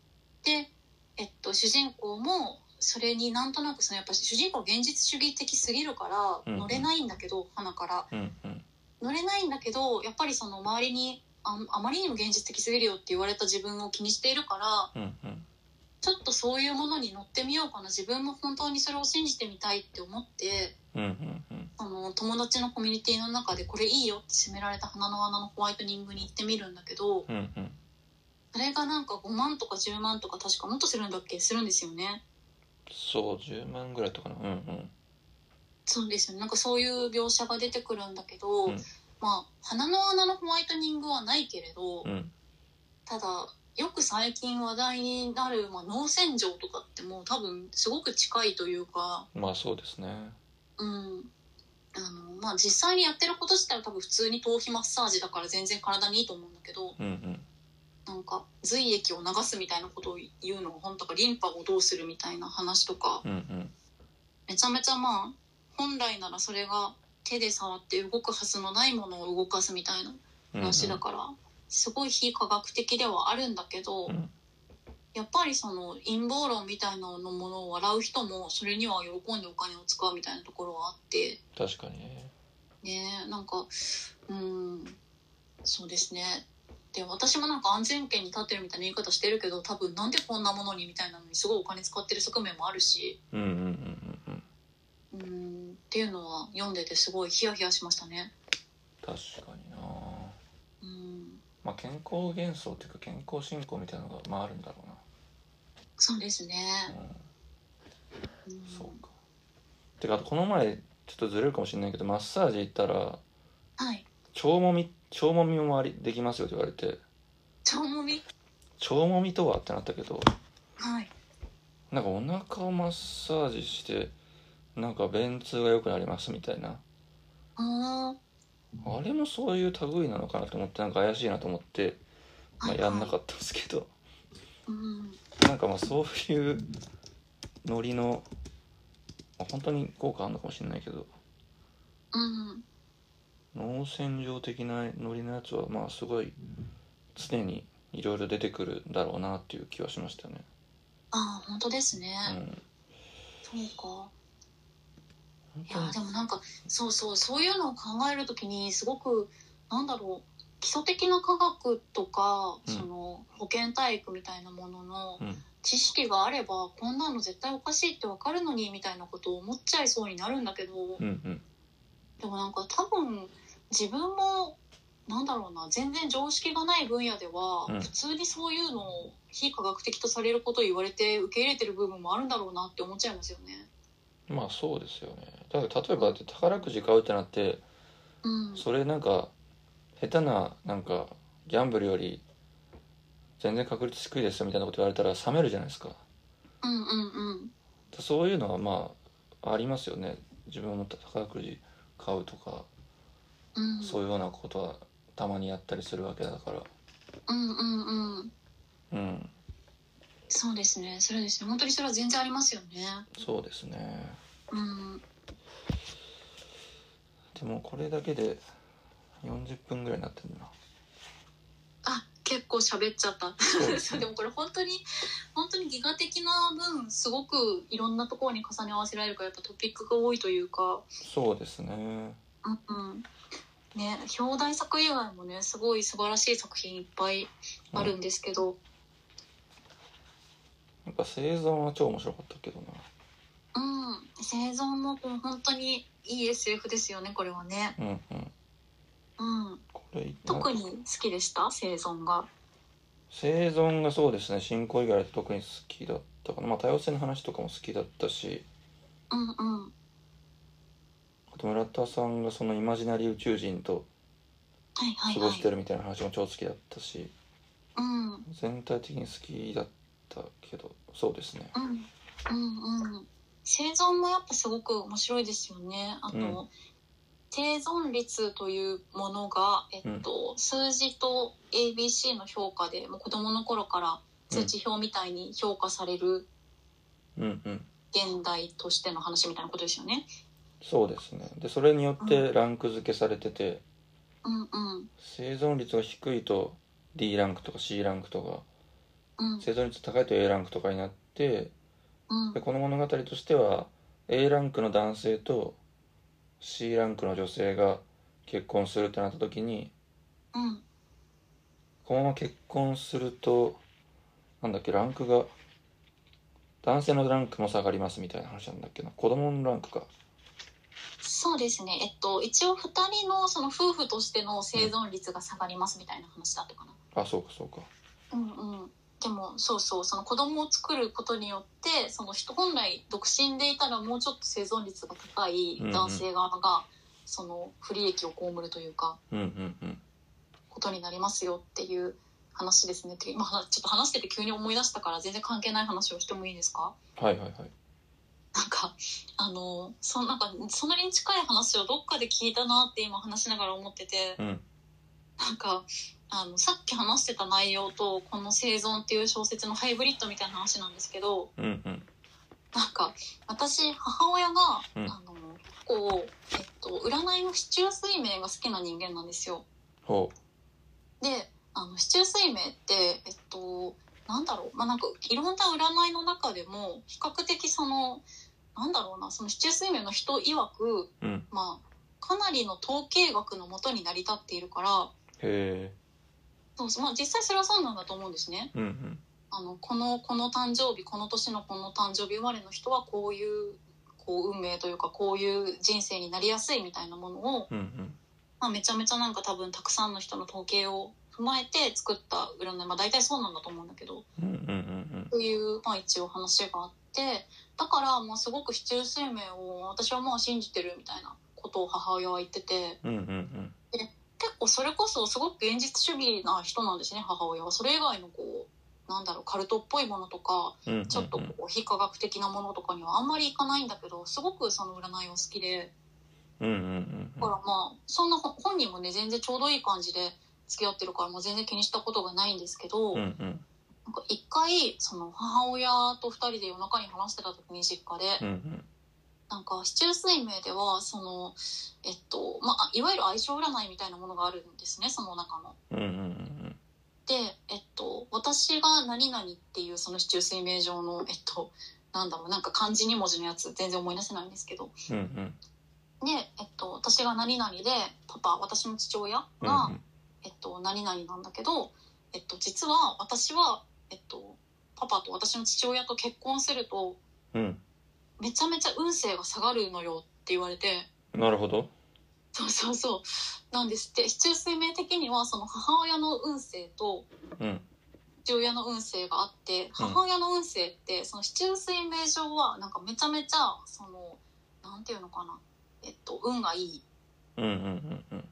S2: で、えっと、主人公もそれになんとなくそのやっぱ主人公は現実主義的すぎるか
S1: う
S2: ら
S1: んうん
S2: 乗れないんだけど、鼻から
S1: うんうん
S2: 乗れないんだけどやっぱりその周りにああまりにも現実的すぎるよって言われた自分を気にしているから
S1: うんうん
S2: ちょっとそういうものに乗ってみようかな自分も本当にそれを信じてみたいって思って
S1: うんうんうん
S2: その友達のコミュニティの中でこれいいよって締められた花の穴のホワイトニングに行ってみるんだけど
S1: うんうん
S2: それがなんか5万とか10万とか確かもっとするんだっけするんですよね。
S1: そう10万ぐらいとかなうんうん
S2: そうですよねなんかそういう描写が出てくるんだけど、
S1: うん
S2: まあ花の穴のホワイトニングはないけれど、
S1: うん
S2: ただよく最近話題になる、まあ、脳洗浄とかってもう多分すごく近いというか、
S1: まあそうですね
S2: うんあのまあ、実際にやってること自体は多分普通に頭皮マッサージだから全然体にいいと思うんだけど
S1: うんうん
S2: なんか髄液を流すみたいなことを言うのが本当かリンパをどうするみたいな話とか
S1: うんうん
S2: めちゃめちゃまあ本来ならそれが手で触って動くはずのないものを動かすみたいな
S1: うんうん
S2: 話だから、すごい非科学的ではあるんだけど、
S1: うん
S2: やっぱりその陰謀論みたいなのものを笑う人もそれには喜んでお金を使うみたいなところはあって
S1: 確かにね
S2: ねえなんかうんそうですねで私もなんか安全圏に立ってるみたいな言い方してるけど多分なんでこんなものにみたいなのにすごいお金使ってる側面もあるし
S1: うんうんうんうんうん
S2: うんっていうのは読んでてすごいヒヤヒヤしましたね。
S1: 確かにな
S2: うん
S1: まあ健康幻想っていうか健康信仰みたいなのがまああるんだろ
S2: そうですね。
S1: うなうん
S2: うん
S1: そうかてかあとこの前ちょっとずれるかもしれないけどマッサージ行ったら
S2: はい。
S1: 腸もみ腸もみもありできますよって言われて
S2: 腸もみ。
S1: 腸もみとはってなったけど
S2: はい。
S1: なんかお腹をマッサージしてなんか便通が良くなりますみたいな
S2: あ
S1: あれもそういう類なのかなと思ってなんか怪しいなと思って、
S2: あ。
S1: まあ、やんな
S2: っ
S1: かったんですけど
S2: た。うん。
S1: なんかまあそういうノリのまあ本当に効果あるのかもしれないけど
S2: うん。
S1: 脳洗浄的なノリのやつはまあすごい常にいろいろ出てくるんだろうなっていう気はしましたね。
S2: ああ、本当ですね。
S1: うん、
S2: そうか。
S1: 本
S2: い
S1: 当
S2: や
S1: に
S2: ー、でもなんか、そうそう、そういうのを考えるときに、すごく、なんだろう。基礎的な科学とか、
S1: うん
S2: その保健体育みたいなものの
S1: うん
S2: 知識があれば、こんなの絶対おかしいってわかるのにみたいなことを思っちゃいそうになるんだけど、
S1: うんうん
S2: でもなんか多分自分もなんだろうな全然常識がない分野では、
S1: うん
S2: 普通にそういうのを非科学的とされることを言われて受け入れてる部分もあるんだろうなって思っちゃいますよね。
S1: まあそうですよねだから例えばだって宝くじ買うってなって
S2: うん、
S1: それなんか下手ななんかギャンブルより全然確率低いですよみたいなこと言われたら冷めるじゃないですか
S2: うんうんうん
S1: そういうのはまあありますよね自分も宝くじ買うとか
S2: うん
S1: そういうようなことはたまにやったりするわけだから
S2: うんうんうん
S1: うん
S2: そうですねそれですね本当にそれは全然ありますよね。
S1: そうですね
S2: うん
S1: でもこれだけで40分ぐらいになってるな
S2: あ結構喋っちゃった
S1: そうで
S2: でもこれ本当に本当にギガ的な分すごくいろんなところに重ね合わせられるからやっぱトピックが多いというか。
S1: そうですね
S2: うんうんね、表題作以外もねすごい素晴らしい作品いっぱいあるんですけど、
S1: なんか生存は超面白かったけどな
S2: うん生存もこう本当にいい SF ですよねこれはね、
S1: うんうん
S2: うん、
S1: これ
S2: 特に好きでした生存が
S1: 生存がそうですね信仰以外だと特に好きだったかなまあ多様性の話とかも好きだったし
S2: うんうん
S1: あと村田さんがそのイマジナリー宇宙人と
S2: はいは
S1: 過
S2: い
S1: ご
S2: は
S1: して
S2: い
S1: るみたいな話も超好きだったし、
S2: うんうん
S1: 全体的に好きだったけどそうですね
S2: うんうん生存もやっぱすごく面白いですよねあと、
S1: うん
S2: 生存率というものが、えっと数字と ABC の評価でもう子どもの頃から通知表みたいに評価される
S1: うんうん
S2: 現代としての話みたいなことですよね。
S1: そうですねでそれによってランク付けされてて、
S2: うんうん
S1: 生存率が低いと D ランクとか C ランクとか
S2: うん
S1: 生存率高いと A ランクとかになって
S2: うん
S1: でこの物語としては A ランクの男性と C ランクの女性が結婚するってなった時に
S2: うん
S1: このまま結婚するとなんだっけランクが男性のランクも下がりますみたいな話なんだっけな子供のランクか
S2: そうですね、えっと、一応2人のその夫婦としての生存率が下がりますみたいな話だったかな。
S1: あそうかそうか
S2: うんうん、でもそうそうその子供を作ることによってその人本来独身でいたらもうちょっと生存率が高い
S1: うんうん
S2: 男性側が、その不利益を被るというか
S1: うんうんうん
S2: ことになりますよっていう話ですねって今はちょっと話してて急に思い出したから全然関係ない話をしてもいいですか
S1: はいはいはい
S2: なんかあのそなんかそんなに近い話をどっかで聞いたなって今話しながら思ってて
S1: うん
S2: なんかあのさっき話してた内容とこの「生存」っていう小説のハイブリッドみたいな話なんですけど
S1: うんうん
S2: なんか私母親が、
S1: うん
S2: あの結構、えっと、占いの四柱推命が好きな人間なんですよ。
S1: ほ
S2: であの四柱推命ってえっとなんだろうまあなんかいろんな占いの中でも比較的そのなんだろうなその四柱推命の人曰く、
S1: うん
S2: まあかなりの統計学のもとに成り立っているから
S1: うへえ
S2: そうそうまあ、実際それはそうなんだと思うんですね。
S1: うんうん
S2: あのこのこの誕生日この年のこの誕生日生まれの人はこういうこう運命というかこういう人生になりやすいみたいなものを、
S1: うんうん
S2: まあ、めちゃめちゃなんか多分たくさんの人の統計を踏まえて作った占い、まあ、大体そうなんだと思うんだけど
S1: うんうんうん
S2: という、まあ、一応話があってだからもうすごく市中生命を私はもう信じてるみたいなことを母親は言ってて
S1: うんうんうん
S2: 結構それこそすごく現実主義な人なんですね母親は。それ以外のこうなんだろうカルトっぽいものとか
S1: うんうんうん
S2: ちょっとこう非科学的なものとかにはあんまりいかないんだけどすごくその占いは好きで
S1: うんうんうん
S2: だからまあそんなほ本人もね全然ちょうどいい感じで付き合ってるからもう全然気にしたことがないんですけど、
S1: うんう
S2: なん
S1: んうん
S2: か一回その母親と二人で夜中に話してた時に実家で、
S1: うんうん
S2: なんか市中水明ではそのえっとまあいわゆる相性占いみたいなものがあるんですねその中の。
S1: うんうんうん
S2: で、えっと、私が何々っていうその市中水明上のえっとなんだろうなんか漢字2文字のやつ全然思い出せないんですけど
S1: うんうんうん
S2: で、えっと、私が何々でパパ私の父親が、
S1: うん
S2: えっと、何々なんだけど、えっと、実は私は、えっと、パパと私の父親と結婚すると
S1: うん
S2: めちゃめちゃ運勢が下がるのよって言われて
S1: うんなるほど
S2: そうそうそうなんですって市中水明的にはその母親の運勢と
S1: うん
S2: 父親の運勢があって母親の運勢ってその市中水明上はなんかめちゃめちゃそのなんていうのかな、えっと、運がいい
S1: うんうんうんうん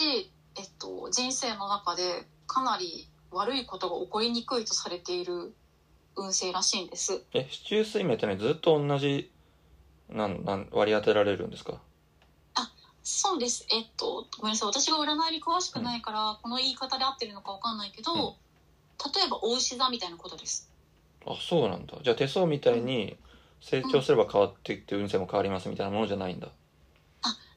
S2: し、えっと、人生の中でかなり悪いことが起こりにくいとされている運勢らしいんです。
S1: え市中水明ってねずっと同じなんなん割り当てられるんですか
S2: そうです。えっと、ごめんなさい。私が占いに詳しくないから、この言い方で合ってるのかわかんないけど、
S1: うん
S2: 例えば、お牛座みたいなことです。
S1: あそうなんだじゃあ手相みたいに成長すれば変わっていって運勢も変わりますみたいなものじゃないんだ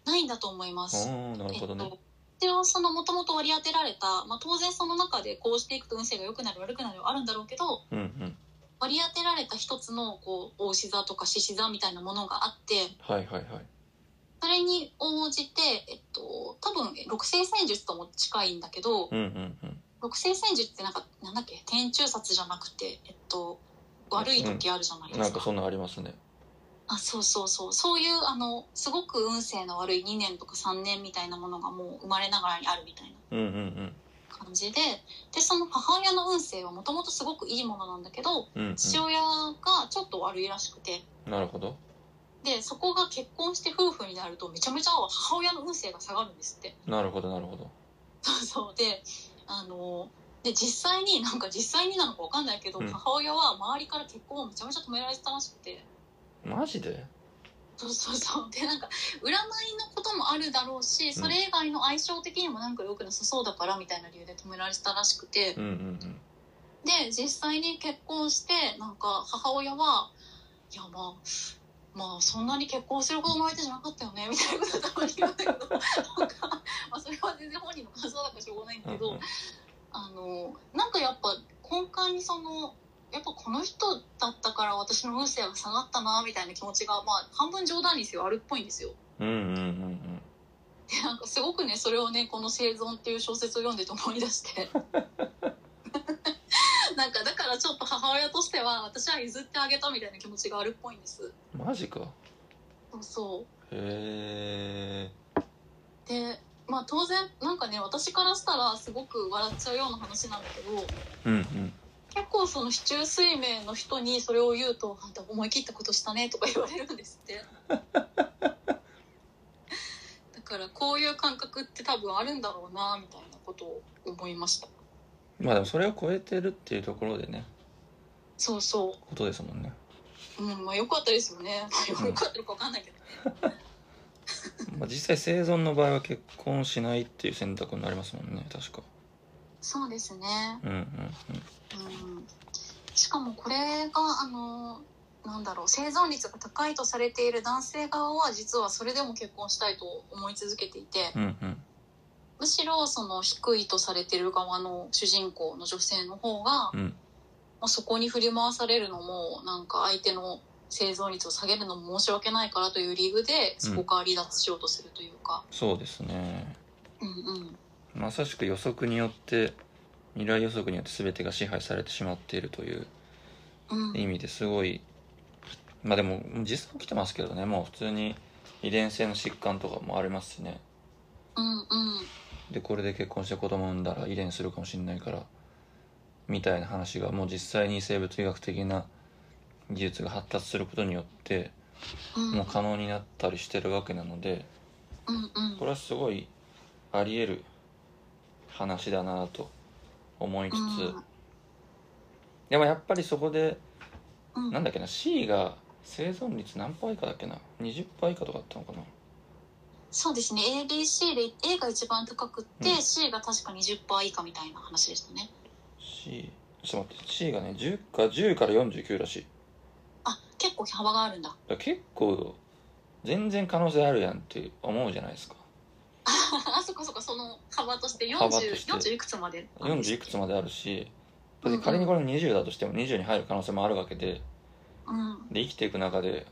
S2: ないんだと思います。
S1: ああなるほど
S2: えっ
S1: ね
S2: と一応そのもともと割り当てられた、まあ、当然その中でこうしていくと運勢が良くなる悪くなるはあるんだろうけど
S1: うんうん
S2: 割り当てられた一つのこうお牛座とか獅子座みたいなものがあって
S1: はいはいはい
S2: それに応じて、えっと、多分え六星戦術とも近いんだけど
S1: うんうんうん
S2: 六星戦術ってなんかなんだっけ天中殺じゃなくて、えっと、悪い時あるじゃないで
S1: な
S2: す
S1: ん
S2: か,、
S1: かそんなのありますね
S2: あそうそうそうそういうあのすごく運勢の悪い2年とか3年みたいなものがもう生まれながらにあるみたいな
S1: うんうん
S2: 感じででその母親の運勢はもともとすごくいいものなんだけど
S1: うんうんうん
S2: 父親がちょっと悪いらしくて
S1: なるほど
S2: でそこが結婚して夫婦になるとめちゃめちゃ母親の運勢が下がるんですって。
S1: なるほどなるほど
S2: そうそうであので実際に なんか実際になのかわかんないけど、
S1: うん
S2: 母親は周りから結婚をめちゃめちゃ止められてたらしくて
S1: マジで
S2: そうそうそうでなんか占いのこともあるだろうしそれ以外の相性的にもなんか良くなさそうだからみたいな理由で止められてたらしくて
S1: うんうん
S2: で実際に結婚してなんか母親はいやまあまあそんなに結婚するほどの相手じゃなかったよねみたいなことたまに言うんだけどなんか、まあ、それは全然本人の感想だからしょうがないんだ
S1: うん
S2: け
S1: うん
S2: ど、あのなんかやっぱ根幹にそのやっぱこの人だったから私の運勢が下がったなみたいな気持ちがまあ半分冗談にせよあるっぽいんですよ。
S1: うんうんうん
S2: でなんかすごくねそれをねこの「生存」っていう小説を読んでて思い出して なんかだからちょっと母親としては私は譲ってあげたみたいな気持ちがあるっぽいんです
S1: うんマジか
S2: そうそう
S1: へえ
S2: でまあ当然なんかね私からしたらすごく笑っちゃうような話なんだけど
S1: うんうん
S2: 結構その市中水明の人にそれを言うと「あんた思い切ったことしたね」とか言われるんですって だからこういう感覚って多分あるんだろうなみたいなことを思いました
S1: まあでもそれを超えてるっていうところでね
S2: そうそ
S1: ことですもんね、
S2: ううんまあよかったですよね、
S1: うん
S2: よかったのか分かんないけど
S1: まあ、実際生存の場合は結婚しないっていう選択になりますもんね確か
S2: そうですね
S1: うんうん
S2: うんしかもこれがあのなんだろう生存率が高いとされている男性側は実はそれでも結婚したいと思い続けていて
S1: うんうんうん
S2: むしろその低いとされている側の主人公の女性の方が、
S1: うん
S2: もうそこに振り回されるのもなんか相手の生存率を下げるのも申し訳ないからという理由でそこから離脱しようとするというか、
S1: そうですね
S2: うんうん、
S1: まさしく予測によって未来予測によって全てが支配されてしまっているという
S2: うん
S1: 意味ですごいまあでも実際起きてますけどねもう普通に遺伝性の疾患とかもありますしね
S2: うんうん
S1: でこれで結婚して子供産んだら遺伝するかもしれないからみたいな話がもう実際に生物医学的な技術が発達することによって
S2: うん
S1: もう可能になったりしてるわけなので
S2: うんうん
S1: これはすごいあり得る話だなと思いつつ、でもやっぱりそこで
S2: うんうん
S1: なんだっけな C が生存率何パー以下だっけな20パー以下とかだったのかな
S2: そうですね ABC で A が一番高くって、
S1: うん
S2: C が確か20%以下みたいな話でしたね
S1: C ちょっと待って C がね10か10から49らしい
S2: あ結構幅があるんだ
S1: だから結構全然可能性あるやんって思うじゃないですか
S2: あそっかそっかその幅として
S1: 幅として
S2: 40 40いくつまで
S1: 40いくつまであるしだ
S2: うん
S1: っ
S2: う
S1: て
S2: ん
S1: 仮にこれ20だとしても20に入る可能性もあるわけで
S2: うんうん
S1: で生きていく中で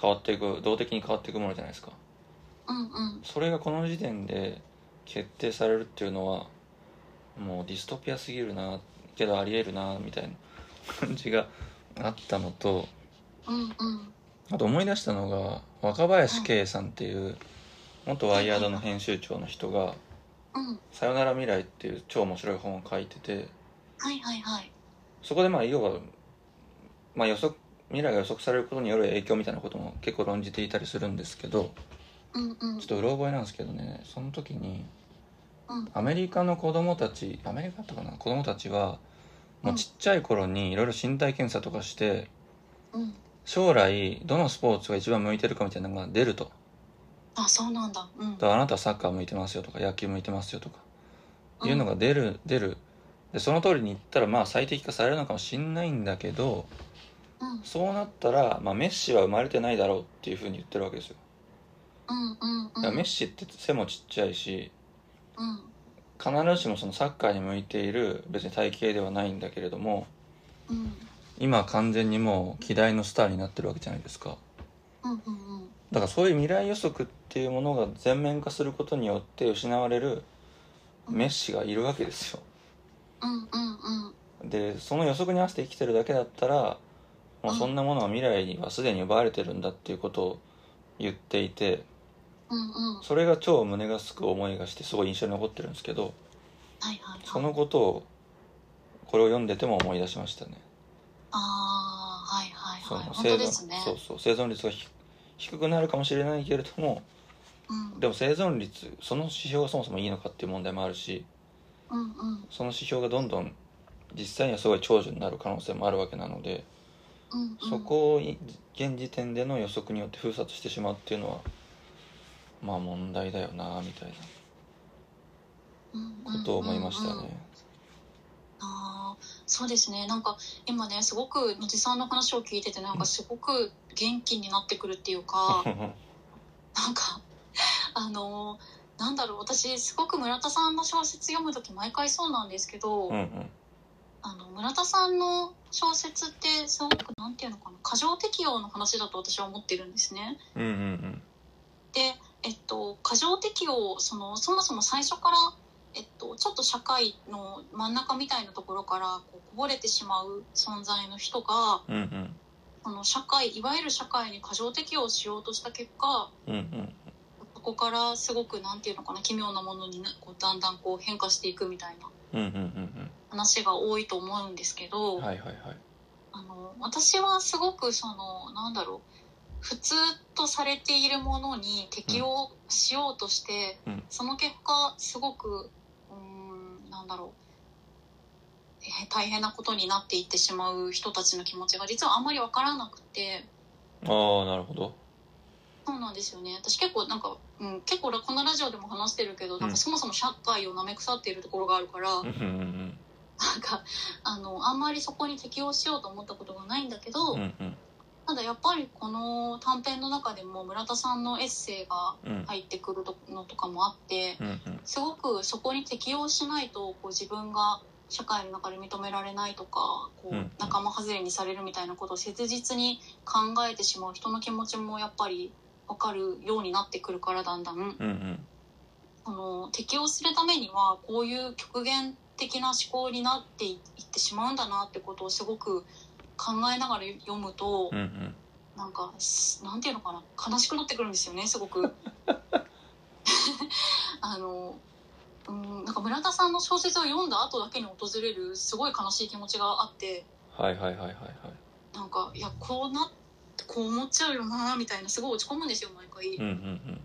S1: 変わっていく動的に変わっていくものじゃないですか
S2: うん
S1: それがこの時点で決定されるっていうのはもうディストピアすぎるなけどありえるなみたいな感じがあったのと
S2: うんうん
S1: あと思い出したのが若林圭さんっていう元ワイヤードの編集長の人が
S2: うん
S1: 「さよなら未来」っていう超面白い本を書いてて
S2: はいはいはい
S1: そこでまあ要は、まあ、予測未来が予測されることによる影響みたいなことも結構論じていたりするんですけど
S2: うんうん
S1: ちょっとうろ覚えなんですけどねその時に
S2: うん
S1: アメリカの子供たちアメリカだったかな子供たちはもうちっちゃい頃にいろいろ身体検査とかして
S2: うん
S1: 将来どのスポーツが一番向いてるかみたいなのが出ると
S2: あそうなんだうん
S1: だからあなたはサッカー向いてますよとか野球向いてますよとかいうのが出る出るでその通りにいったらまあ最適化されるのかもしんないんだけど
S2: うん
S1: そうなったら、まあ、メッシは生まれてないだろうっていうふうに言ってるわけですよ、
S2: うんうんう
S1: だか
S2: んう
S1: ら
S2: ん
S1: メッシって背もちっちゃいし
S2: うん
S1: 必ずしもそのサッカーに向いている別に体型ではないんだけれども
S2: うん
S1: 今完全にもう希代のスターになってるわけじゃないですか
S2: うんうん
S1: だからそういう未来予測っていうものが全面化することによって失われるメッシがいるわけですよ
S2: うんうんうん
S1: でその予測に合わせて生きてるだけだったらもうそんなものは未来にはすでに奪われてるんだっていうことを言っていて
S2: うんうん
S1: それが超胸がすく思いがしてすごい印象に残ってるんですけど
S2: はいはい
S1: そ
S2: はい
S1: のことをこれを読んでても思い出しましたね。
S2: あーはいはい
S1: その
S2: はい本
S1: 生
S2: 当
S1: 存
S2: ですね
S1: そうそう生存率がひ低くなるかもしれないけれども
S2: うん
S1: でも生存率その指標がそもそもいいのかっていう問題もあるし
S2: うんうん
S1: その指標がどんどん実際にはすごい長寿になる可能性もあるわけなので。
S2: うんうん
S1: そこをい現時点での予測によって封殺してしまうっていうのはまあ問題だよなみたいなことを思いました
S2: うんうんうんうん
S1: ね。
S2: あーそうですねなんか今ねすごく野地さんの話を聞いててなんかすごく元気になってくるっていうかなんかあのーなんだろう私すごく村田さんの小説読む時毎回そうなんですけど、
S1: うんうん
S2: あの村田さんの小説ってすごくなんていうのかな過剰適用の話だと私は思ってるんですね。
S1: うんうんうん
S2: で、えっと、過剰適用そのそもそも最初から、えっと、ちょっと社会の真ん中みたいなところからこうこぼれてしまう存在の人が
S1: うんうん
S2: その社会いわゆる社会に過剰適応しようとした結果
S1: うんうん
S2: そこからすごくなんていうのかな奇妙なものになこうだんだんこう変化していくみたい
S1: うん
S2: な
S1: うんうん
S2: 話が多いと思うんですけ
S1: う
S2: ど、
S1: んはいはいはい
S2: あの私はすごくそのなんだろう普通とされているものに適応しようとして、
S1: うん
S2: その結果すごくうーんなんだろうえ大変なことになっていってしまう人たちの気持ちが実はあんまり分からなくて
S1: ああなるほど
S2: そうなんですよね私結構なんか、うん、結構このラジオでも話してるけど、
S1: ん
S2: なんかそもそも社会をなめ腐っているところがあるから、
S1: うんうん
S2: なんかあのあんまりそこに適応しようと思ったことがないんだけど、
S1: うんうんうん
S2: ただやっぱりこの短編の中でも村田さんのエッセイが
S1: うん
S2: 入ってくるとのとかもあって
S1: うんうん
S2: すごくそこに適応しないとこう自分が社会の中で認められないとかこ
S1: うん
S2: う仲間外れにされるみたいなことを切実に考えてしまう人の気持ちもやっぱり分かるようになってくるからだんだん
S1: うんうん
S2: その適応するためにはこういう極限的な思考になっていってしまうんだなってことをすごく考えながら読むと。
S1: うんうん
S2: なんかすなんていうのかな悲しくなってくるんですよねすごく あのうんなんか村田さんの小説を読んだ後だけに訪れるすごい悲しい気持ちがあって
S1: はいはいはいはいはい
S2: なんかいやこうなこう思っちゃうよなみたいなすごい落ち込むんですよ毎回、
S1: うんうん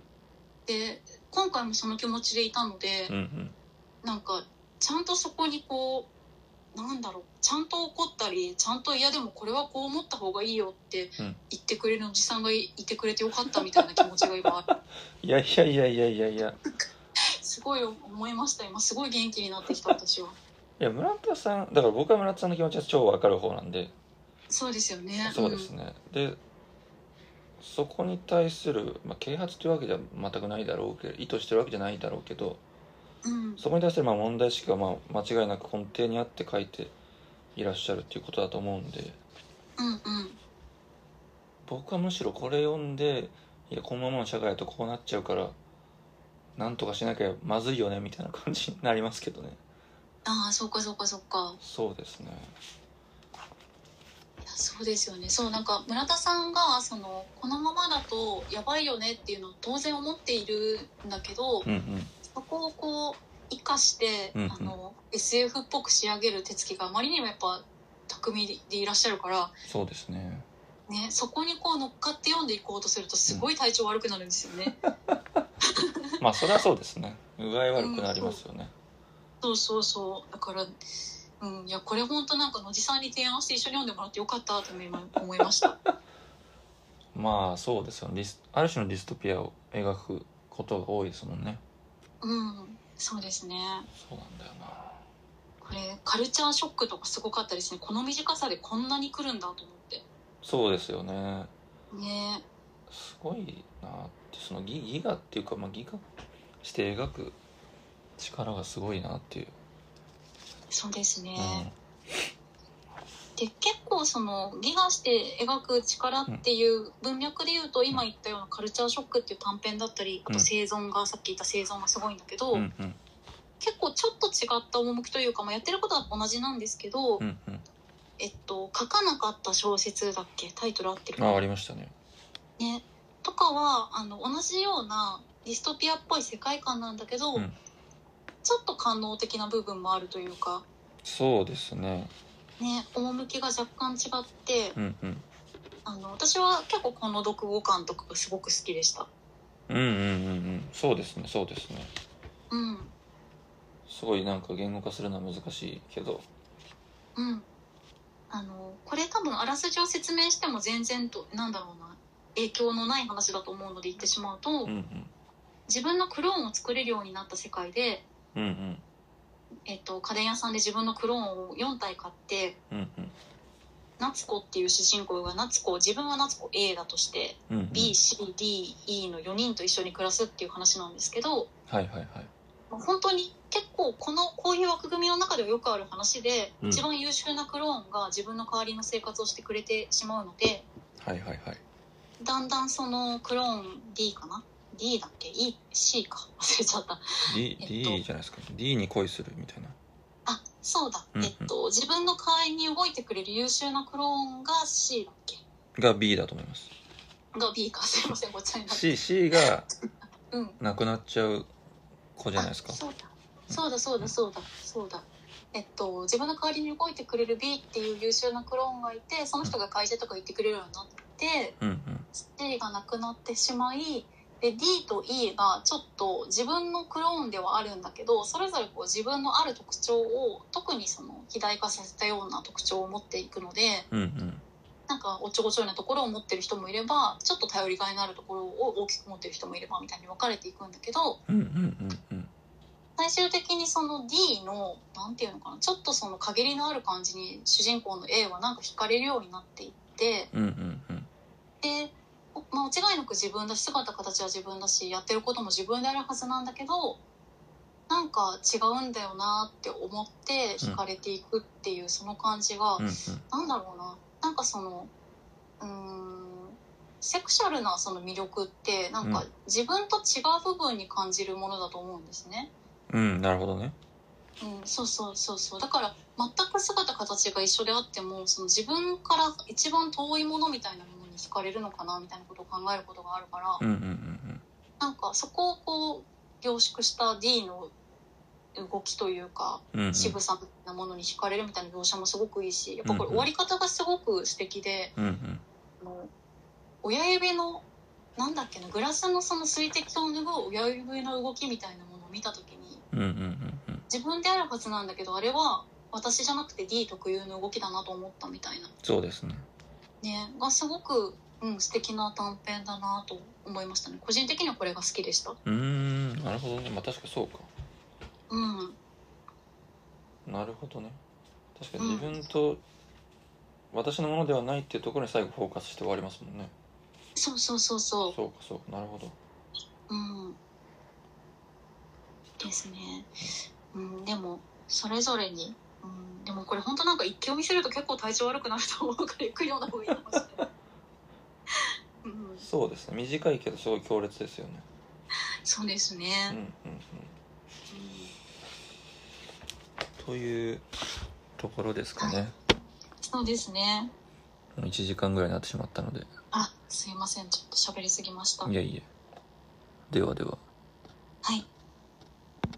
S2: で今回もその気持ちでいたので、
S1: うんうん
S2: なんかちゃんとそこにこうなんだろうちゃんと怒ったりちゃんといやでもこれはこう思った方がいいよって
S1: うん
S2: 言ってくれるおじさんがいいてくれてよかったみたいな気持ちが今ある
S1: いやいやいやいやいやいや
S2: すごい思いました今すごい元気になってきた 私はい
S1: や村田さんだから僕は村田さんの気持ちは超わかる方なんで
S2: そうですよね
S1: そうですね、でそこに対する、まあ、啓発というわけでは全くないだろうけど意図してるわけじゃないだろうけど
S2: うん、うん
S1: そこに対するまあ問題意識がまあ間違いなく根底にあって書いていらっしゃるっていうことだと思うんで
S2: うんうん
S1: 僕はむしろこれ読んでいやこのままの社会だとこうなっちゃうからなんとかしなきゃまずいよねみたいな感じになりますけどね
S2: ああそうかそうかそうか
S1: そうですね
S2: いやそうですよねそうなんか村田さんがそのこのままだとやばいよねっていうのを当然思っているんだけど、
S1: うんうん
S2: そこをこう生かして、
S1: うんうん
S2: あの SF っぽく仕上げる手つきがあまりにもやっぱ巧みでいらっしゃるから、
S1: そうですね
S2: ね、そこにこう乗っかって読んでいこうとするとすごい体調悪くなるんですよね。
S1: まあそれはそうですね具合悪くなりますよね、
S2: そうそうそうだからうん、いやこれ本当なんか野地さんに提案して一緒に読んでもらってよかったと今思いました
S1: まあそうですよねリスある種のディストピアを描くことが多いですもんね
S2: うんそうですね
S1: そうなんだよな
S2: これカルチャーショックとかすごかったですねこの短さでこんなに来るんだと思って
S1: そうですよね
S2: ね
S1: すごいなってそのギギガっていうか、まあ、ギガして描く力がすごいなっていう、
S2: そうですね、
S1: うん
S2: で結構そのギガして描く力っていう文脈で言うと今言ったようなカルチャーショックっていう短編だったりあ
S1: う
S2: と
S1: ん
S2: 生存がさっき言った生存がすごいんだけど、
S1: うんうん
S2: 結構ちょっと違った趣というか、まあ、やってることは同じなんですけど、
S1: うんうん
S2: えっと書かなかった小説だっけタイトル合ってるか
S1: あ
S2: な
S1: ありましたね
S2: ねとかはあの同じようなディストピアっぽい世界観なんだけど、
S1: うん
S2: ちょっと官能的な部分もあるというか
S1: そうですね
S2: ね趣が若干違って。
S1: うんうん
S2: あの私は結構この読語感とかがすごく好きでした。
S1: うんうんうんうんそうですねそうですね
S2: うん、
S1: すごいなんか言語化するのは難しいけど
S2: うん。あのこれ多分あらすじを説明しても全然となんだろうな影響のない話だと思うので言ってしまうと
S1: うん、
S2: 自分のクローンを作れるようになった世界で、
S1: うんうん
S2: えっと家電屋さんで自分のクローンを4体買って。
S1: うんうん
S2: 夏子っていう主人公が夏子を自分は夏子 A だとして
S1: うんうん
S2: BCDE の4人と一緒に暮らすっていう話なんですけど
S1: はいはいはい
S2: まあ本当に結構このこういう枠組みの中ではよくある話で、
S1: うん
S2: 一番優秀なクローンが自分の代わりの生活をしてくれてしまうので
S1: はいはいはい
S2: だんだんそのクローン D かな D だっけ ?EC か忘れちゃった
S1: D,
S2: えっと
S1: D じゃないですか D に恋するみたいな
S2: あそうだ、
S1: うんうん
S2: えっと自分の代わりに動いてくれる優秀なクローンが C だっけ
S1: が B だと思います
S2: が B かすいませんごっちゃになって、
S1: C, C が
S2: うん、
S1: なくなっちゃう子じゃないですか
S2: あそうだそうだそうだそうだそうだえっと自分の代わりに動いてくれる B っていう優秀なクローンがいてその人が会社とか行ってくれるようになって
S1: うんうん、
S2: C がなくなってしまいで D と E がちょっと自分のクローンではあるんだけどそれぞれこう自分のある特徴を特にその肥大化させたような特徴を持っていくので
S1: うんうん
S2: なんかおっちょこちょいなところを持ってる人もいればちょっと頼りがいのあるところを大きく持ってる人もいればみたいに分かれていくんだけど
S1: うんうんうんうん
S2: 最終的にその D のなんていうのかなちょっとその陰りのある感じに主人公の A はなんか惹かれるようになっていって
S1: うんうんうん
S2: で、おまあ、間違いなく自分だし姿形は自分だしやってることも自分であるはずなんだけどなんか違うんだよなって思って惹かれていくっていうその感じが、
S1: うんうん
S2: なんだろうななんかそのうーんセクシャルなその魅力ってなん
S1: う
S2: か自分と違う部分に感じるものだと思うんですね。
S1: うんなるほどね
S2: うん、そうそうそうそうだから全く姿形が一緒であってもその自分から一番遠いものみたいなものに惹かれるのかなみたいなことを考えることがあるから、
S1: うんうんうん
S2: なんかそこをこう凝縮した D の動きというか
S1: うんうんうん
S2: 渋さみたいなものに惹かれるみたいな描写もすごくいいしやっぱこ
S1: うん
S2: れ終わり方がすごく素敵で、
S1: うんうん
S2: あの親指のなんだっけなグラスのその水滴を拭う親指の動きみたいなものを見た時に
S1: うんうんうんうん
S2: 自分であるはずなんだけどあれは私じゃなくて D 特有の動きだなと思ったみたいな
S1: そうですね
S2: ねがすごく、うん、素敵な短編だなと思いましたね個人的にはこれが好きでした
S1: うーんなるほどねまあ確かそうか
S2: うん
S1: なるほどね確かに自分と私のものではないっていうところに最後フォーカスして終わりますもんね
S2: そうそうそうそ
S1: そうかそうかなるほど
S2: ううんですね、うん、でもそれぞれに、うん、でもこれ本当なんか一気を見せると結構体調悪くなると思うから行くような方がいいかもしれない、うん、
S1: そうですね短いけどすごい強烈ですよね
S2: そうです
S1: うん
S2: ね、
S1: うんうんというところですかね
S2: そうですね
S1: もう1時間ぐらいになってしまったので
S2: あすいませんちょっと喋りすぎました
S1: いやいやではでは
S2: はい